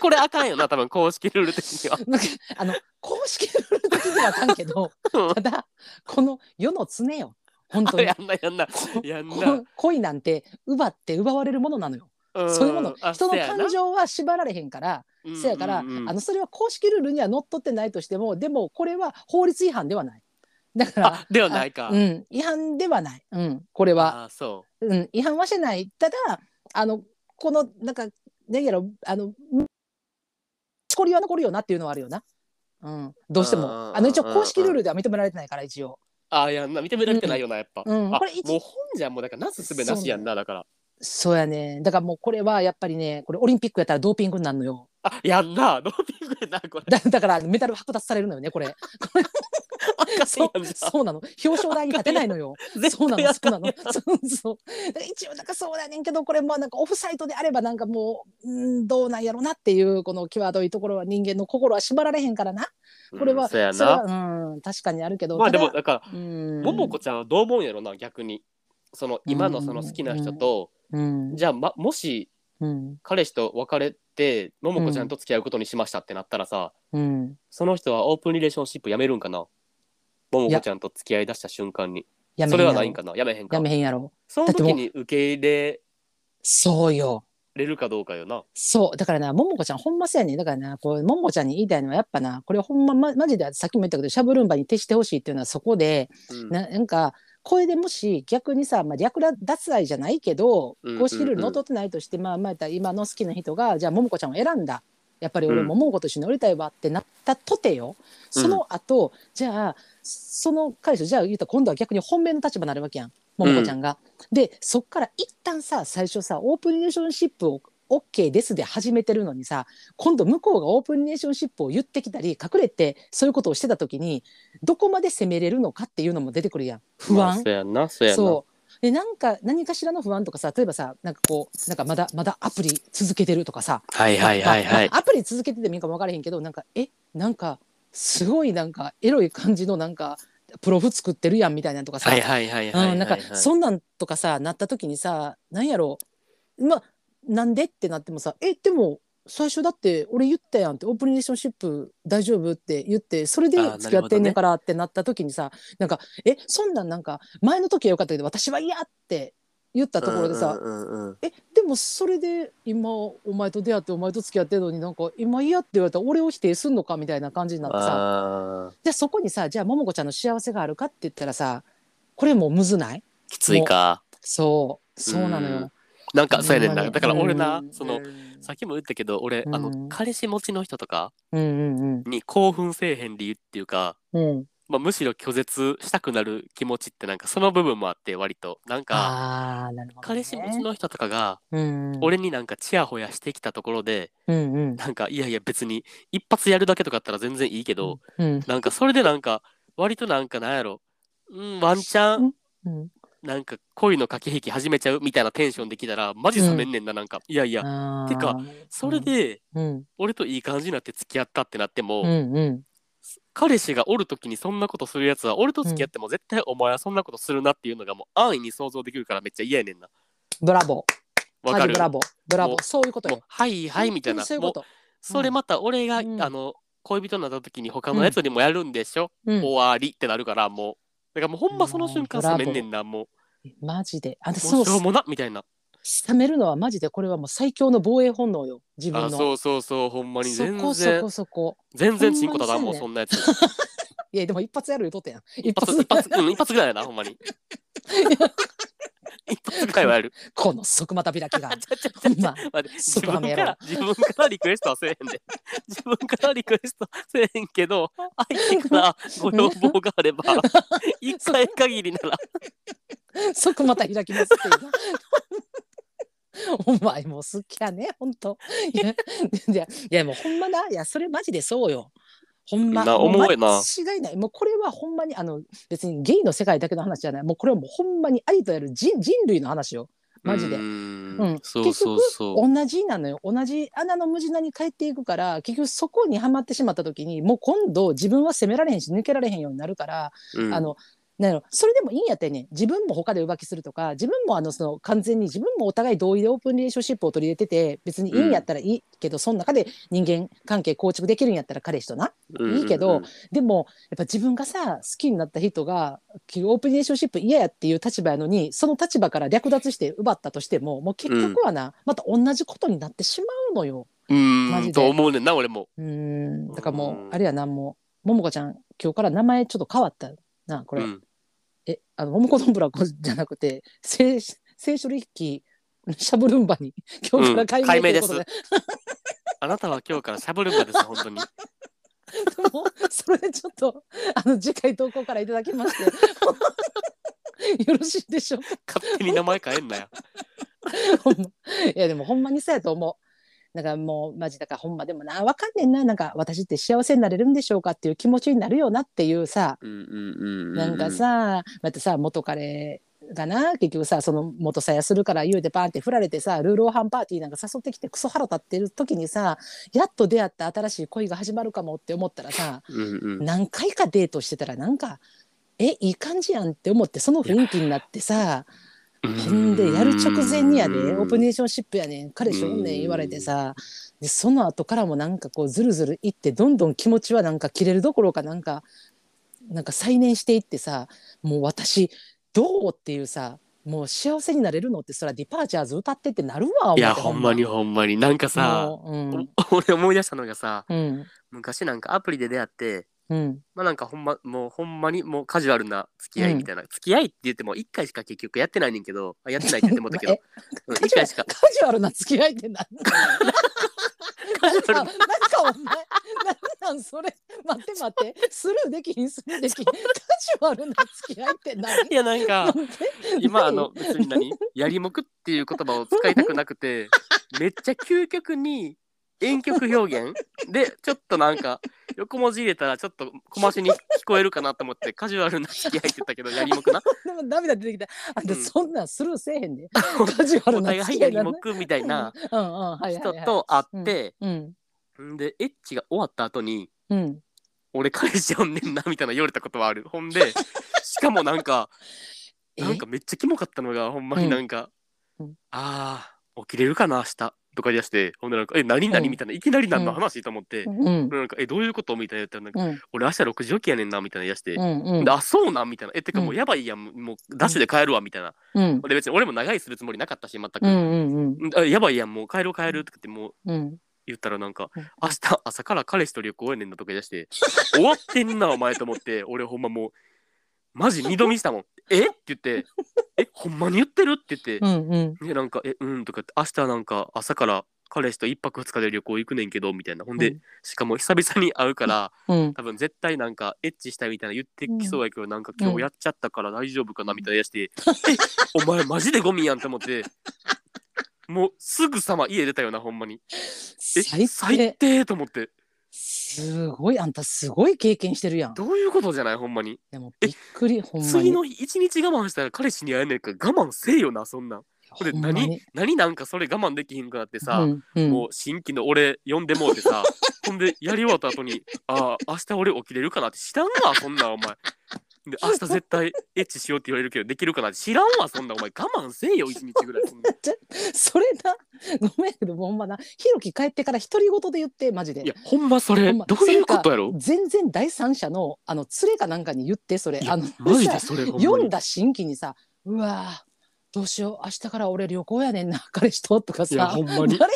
これあかんよな多分公式ルール的にはなんかあの公式ルール的にはあかんけどうんただこの世の常よ本当にやんなやんなやんなこ恋なんて奪って奪われるものなのよ、んそういうものあ人のせやな感情は縛られへんからうんせやから、うんうんあのそれは公式ルールにはのっとってないとしてもでもこれは法律違反ではないだからあではないかうん、違反ではない、うん、これは、あーそうん、違反はしてないただあのこのなんか何やろあのこりは残るよなっていうのはあるよな、うん、どうしてうんうんうんうもんあの一応公式ルールでは認められてないから一応うあーやんな認められてないよなやっぱ、うんあこれ一もう本じゃんもうだからなすすべなしやんなだからそうやねだからもうこれはやっぱりねこれオリンピックやったらドーピングになるのよあやんなドーピングやなこれだだからメダル剥奪されるのよ [laughs] ねこれ赤そ線うやんじゃんそうなの表彰台に立てないのよ [laughs] そうなのそうなのそうそうだから一応なんかそうやねんけどこれもなんかオフサイトであればなんかもううんどうなんやろなっていうこの際どいところは人間の心は縛られへんからなこれは、うんそうやそれはなうん、確かにあるけど、まあたでだもだからうん、ももこちゃんはどう思うんやろな逆にその今のその好きな人と、うん、じゃあ、ま、もしうん、彼氏と別れてももこちゃんと付き合うことにしましたってなったらさ、うん、その人はオープンリレーションシップやめるんかなももこちゃんと付き合いだした瞬間にやめそれへんやろはないんかなやめへんかやめへんやろ。そのだって時もに受け入れそうよ。れるかどうかよなそうだからなももこちゃんほんまそうやねんだからなこうももこちゃんに言いたいのはやっぱなこれほんままマジでさっきも言ったけどシャブルンバに徹してほしいっていうのはそこで、うんななんかこれでもし逆にさ、まあ、略奪愛じゃないけどうんうんうん公式ルールにのっとってないとして、まあまあ言ったら今の好きな人がじゃあももこちゃんを選んだやっぱり俺うんもももこと一緒におりたいわってなったとてよ、その後じゃあその彼氏じゃあ言うたら今度は逆に本命の立場になるわけやんももこちゃんが。でそっから一旦さ最初さオープンリレーションシップを OK ですで始めてるのにさ今度向こうがオープンリレーションシップを言ってきたり隠れてそういうことをしてた時にどこまで責めれるのかっていうのも出てくるやん不まあ安。そうやんなそうやんなそうでなんか何かしらの不安とかさ例えばさなんかこうなんかまだまだアプリ続けてるとかさはいはいはいはいまあアプリ続けててもいいかも分からへんけどなんかえなんかすごいなんかエロい感じのなんかプロフ作ってるやんみたいなんとか [laughs] さ、はいはいはいはいはいはい。うん、なんかそんなんとかさなった時にさなんやろまあなんでってなってもさえでも最初だって俺言ったやんってオープンリレーションシップ大丈夫って言ってそれであー付き合ってんねんからってなった時にさな,、んかえそんなんなんか前の時は良かったけど私は嫌って言ったところでさ、うんうんうんうんえでもそれで今お前と出会ってお前と付き合ってるのになんか今嫌って言われたら俺を否定すんのかみたいな感じになってあさーじゃあそこにさじゃあ桃子ちゃんの幸せがあるかって言ったらさこれもうむずないきついか。そうそうなのうんよ。なんかそうやねんほな。まにだから俺なう、んその、さっきも言ったけど、俺、あうの、ん彼氏持ちの人とかうんうんに興奮せえへん理由っていうか、うんうんまあ、むしろ拒絶したくなる気持ちってなんかその部分もあって割となんかああなるほど彼ね氏持ちの人とかがうんうん俺になんかチヤホヤしてきたところでうんうんなんかいやいや別に一発やるだけとかあったら全然いいけどうんなんかそれでなんか割となんかなんやろうんワンチャンうんなんか恋の駆け引き始めちゃうみたいなテンションできたらマジ冷めんねんななんかいやいやあーてかそれでうん俺といい感じになって付き合ったってなっても、うんうん彼氏がおる時にそんなことするやつは俺と付き合っても絶対お前はそんなことするなっていうのがもう安易に想像できるからめっちゃ嫌やねんなブラボーわかマジるブラボーブラボもーそういうこともうよはいはいみたいな本当にそういうもこうとそれまた俺が、うんあの恋人になった時に他のやつにもやるんでしょ、うん終わりってなるからもうだからもうほんまその瞬間もう冷めんねんなもうマジであでもそううしょうもなみたいな冷めるのはマジでこれはもう最強の防衛本能よ自分あのそうそうそうほんまにそ全こそ然こそこ全然チンコただんもうそほんなやついやでも一発やる言うとったやん一一発発一発うん一発ぐらいやなほん [laughs] まに一発ぐらいはやる [laughs] この即股開きがあちゃちゃちほゃんちゃま待って自そこ分はめかやろら自分からリクエストはせえへん [laughs] で自分からリクエストせえへんけど相手 [laughs] からご要望があれば一回限りなら [laughs] 即股開きますっていうな [laughs] お前もう好きやねほ [laughs] んといやいやいやもうほんまないやそれマジでそうよほんまなもう思うよな間違いないもうこれはほんまにあの別にゲイの世界だけの話じゃないもうこれはもうほんまにありとやる人人類の話よマジでうーうんんそうそうそう同じなのよ同じ穴の無地なに帰っていくから結局そこにはまってしまった時にもう今度自分は責められへんし抜けられへんようになるから、うんあのなんやろそれでもいいんやったらね自分も他で浮気するとか自分もあのその完全に自分もお互い同意でオープンリレーションシップを取り入れてて別にいいんやったらいいけど、その中で人間関係構築できるんやったら彼氏となうんいいけどでもやっぱ自分がさ好きになった人がオープンリレーションシップ嫌やっていう立場やのにその立場から略奪して奪ったとしてももう結局はな、また同じことになってしまうのよ。うんうんうマーんジでと思うねんな俺もうんだからもう、うんあれやなもうももこちゃん今日から名前ちょっと変わったなこうれ、んえあのももこどんぶらこじゃなくて聖聖書リッキーシャブルンバに今日から改名ということで、あなたは今日からしゃぶるんです本当にでも [laughs] それでちょっとあの次回投稿からいただきまして [laughs] よろしいでしょうか勝手に名前変え [laughs] んなよほんまいやでもほんまにそうやと思う。だからもうマジだからほんまでもなわかんねんななんか私って幸せになれるんでしょうかっていう気持ちになるよなっていうさうんうんうんうなんかさまたさ元彼がな結局さその元さやするから言うてパーンって振られてさルーローハンパーティーなんか誘ってきてクソ腹立ってる時にさやっと出会った新しい恋が始まるかもって思ったらさうんうん何回かデートしてたらなんかえいい感じやんって思ってその雰囲気になってさほんでやる直前にやで、オープンネーションシップやねん彼氏おんねん言われてさでその後からもなんかこうずるずるいってどんどん気持ちはなんか切れるどころかなんかなんか再燃していってさもう私どうっていうさもう幸せになれるのってそらディパーチャーズ歌ってってなるわ思っいてやほんまにほんまになんかさもううんお [laughs] 俺思い出したのがさうん昔なんかアプリで出会ってうんまあなんかほんまもうほんまにもうカジュアルな付き合いみたいな、付き合いって言っても1回しか結局やってないねんけどあやってないって言ってもったけ [laughs] ど [laughs] え1回しかカジュアルな付き合いってなんなんか、なんかお前、なんなんそれ、待って待って、スルーできひん、スルーできひん、カジュアルな付き合いって何 [laughs] いやなんかなんで今あ何 [laughs] の別に [laughs] 何やりもくっていう言葉を使いたくなくてめっちゃ究極に遠曲表現でちょっとなんか横文字入れたらちょっと小増しに聞こえるかなと思ってカジュアルな付き合いって言ったけどやりもくな [laughs] でも涙出てきた。あんたうんそんなんスルーせえへんで。カジュアルおな互付いき合やいりだねも。くみたいなうんうんはいはい人はい。と会ってうんんでエッチが終わった後にうん俺彼氏やんねんなみたいな言われたことはあるほん [laughs] でしかもなんかえなんかめっちゃキモかったのがほんまになんか「うんあー起きれるかな明日」とか言い出してほんでなんか「え何う何?」んみたいな、いきなり何の話と思って、うん俺なんか「えどういうこと?」みたいなやったらなんか、うん俺明日6時起きやねんな」みたいな言い出してう。んうんであそうなんみたいなえてかもううんやばいやん、もうダッシュで帰るわみたいな、うんで別に俺も長いするつもりなかったし全く、うんうんんあやばいやんもう帰ろう帰るって言ってもううん言ったらなんか、うん明日朝から彼氏と旅行やねんだとか言い出して、 [laughs] 終わってんなお前と思って、俺ほんまもう、マジ二度見したもん。えって言って、 [laughs] え、ほんまに言ってるって言ってう、んうんで、なんか、え、うんとか言って、明日なんか朝から彼氏と一泊二日で旅行行くねんけど、みたいな。ほんで、うんしかも久々に会うから、うん多分絶対なんかエッチしたいみたいな言ってきそうやけど、なんか今日やっちゃったから大丈夫かなみたいなやして、えお前マジでゴミやんと思って、もうすぐさま家出たよな、ほんまに。え最最低低と思ってすごいあんたすごい経験してるやんどういうことじゃないほんまにでもびっくりほんま次にの日一日我慢したら彼氏に会えねえから我慢せえよなそんなんほんでほんま何に何なんかそれ我慢できひんくなってさ、うんうんもう新規の俺呼んでもうて [laughs] さほんでやり終わった後に「ああ明日俺起きれるかな」って知らんわそんなんお前で明日絶対エッチしようって言われるけどできるかなって知らんわそんなんお前我慢せえよ一日ぐらいそんな [laughs] それなごめんやけどほんまなひろき帰ってから独り言で言ってマジでいやほんまそれほんまどういうことやろ全然第三者のあの連れかなんかに言ってそれいやあのマジさでそれほんま読んにだ新規にさ「うわーどうしよう明日から俺旅行やねんな [laughs] 彼氏と」とかいやさほんま誰にに言っ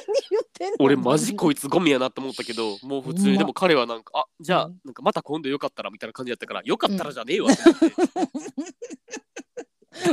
てんの俺マジこいつゴミやなと思ったけどもう普通にほんまでも彼はなんか「あじゃあうんなんかまた今度よかったら」みたいな感じだったから「よかったら」じゃねえわって思って [laughs]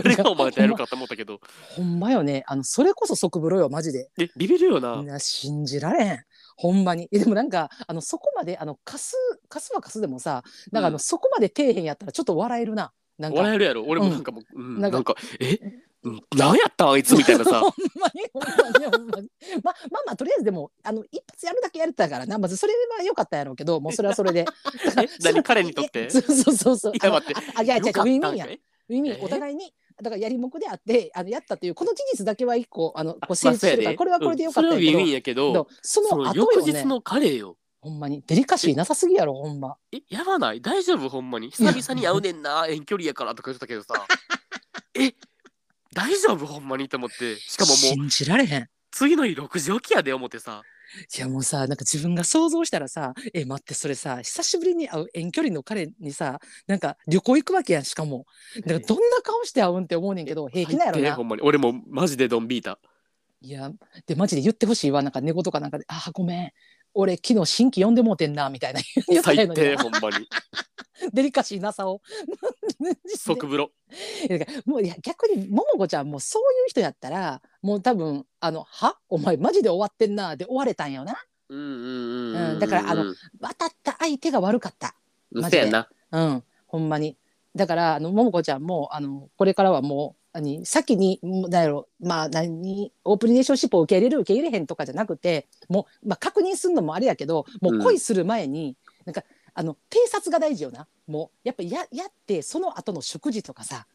誰がお前とやるかと思ったけどほんまよねあのそれこそ即風呂よマジでえビビるよないや信じられへんほんまにえでもなんかあのそこまであの貸す貸すは貸すでもさなんかあの、うんそこまで底辺やったらちょっと笑えるななんか笑えるやろ俺もなんかもう、うんなんかなんか「えうん何やったんあいつ」みたいなさほんまにほんまにほんまにままあまあとりあえずでもあの一発やるだけやれたからなまずそれは良かったんやろうけどもうそれはそれで [laughs] え何彼にとって [laughs] そうそうそうそういや待ってあの [laughs] ああいや違う違うよかウィンウったィンんやかいウィンウィンえお互いにだからやりもくであってあのやったというこの事実だけは一個あのこうまあ成立してるから、これはこれで良かったんうんやそれけはウィンどウィンやけけどどそそのの後よ翌ね日の彼よほんまにデリカシーなさすぎやろほんまえやばない大丈夫ほんまに久々に会うねんな遠距離やからとか言ってたけど [laughs] さえ大丈夫ほんまにと思ってしかももう信じられへん次の日6時起きやで思ってさいやもうさなんか自分が想像したらさえ待ってそれさ久しぶりに会う遠距離の彼にさなんか旅行行くわけやんしかもなんかどんな顔して会うんって思うねんけど平気なんやろ最低なほんまに俺もマジでドンビータいやでマジで言ってほしいわなんか寝言かなんかで「あーごめん俺昨日新規呼んでもうてんな」みたいな言ったらえ最えの低にほん [laughs] まにデリカシーなさを [laughs] 即風呂いやだからもういや逆にももこちゃんもそういう人やったらもう多分「あのはお前マジで終わってんな」で終われたんよなうんうんうんだからあの渡った相手が悪かったうマんジせやでなうん、ほんまに。だから、あの、ももこちゃんも、あの、これからはもう、何、先に、もうなんやろ、まあ、何、オープンレーションシップを受け入れる、受け入れへんとかじゃなくて、もう、まあ、確認するのもあれやけど、もううん恋する前に、なんか、あの、偵察が大事よな。もう、やっぱや、やって、その後の食事とかさ、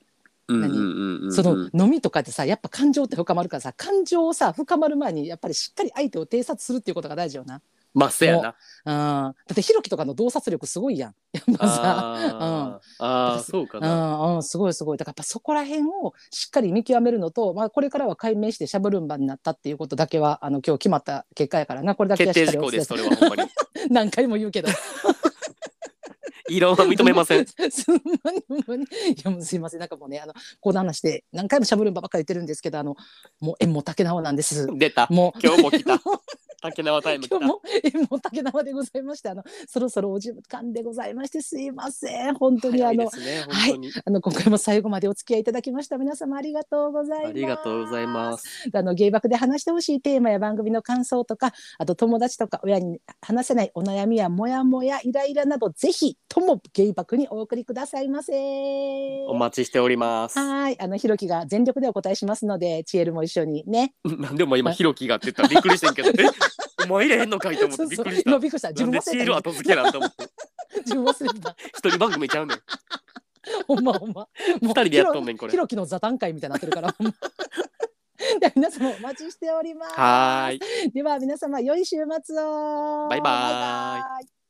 うん何うんうんそうんの飲みとかってさ、やっぱ感情って深まるからさ、感情をさ、深まる前に、やっぱりしっかり相手を偵察するっていうことが大事よな。まあせやなうん。だって、ひろきとかの洞察力すごいやん。やっぱさ。あーあーそうかうなんうん、すごいすごいだからやっぱそこら辺をしっかり見極めるのと、まあ、これからは解明してしゃべるんばになったっていうことだけはあの今日決まった結果やからなこれだけ決はしっ定かり事項お伝でえすそれはほんまに何回も言うけど異論は認めませ [laughs] んすんまにほんまにいやもうすいませんなんかもうねあのこの話で何回もしゃべるんばばっかり言ってるんですけどあのもう縁も竹縄なんです出たも [laughs] う今日も来た竹縄タイム来今日たも縁も竹縄でございましてあのそろそろお時間でございましてすいません本当にあ早いのですね本はい当にあの今回も最後までお付き合いいただきました皆様ありがとうございますありがとうございますあの芸爆で話してほしいテーマや番組の感想とかあと友達とか親に話せないお悩みやモヤモヤイライラなどぜひとも芸爆にお送りくださいませ。お待ちしておりますはいあのひろきが全力でお答えしますのでちえるも一緒にね。なんでお前今ひろきがって言ったらびっくりしてんけど [laughs] えお前入れへんのかいと思ってびっくりした今びっくりした自なん分で忘シーれてルた後付けなんと思って自分忘れてた一人番組ちゃうねんほんまほんま。二人でやっとんねんこれひろきの座談会みたいになってるから。ほんま [laughs] では皆様お待ちしております。 [laughs] [laughs] はーいでは皆様良い週末を。バイバーイイ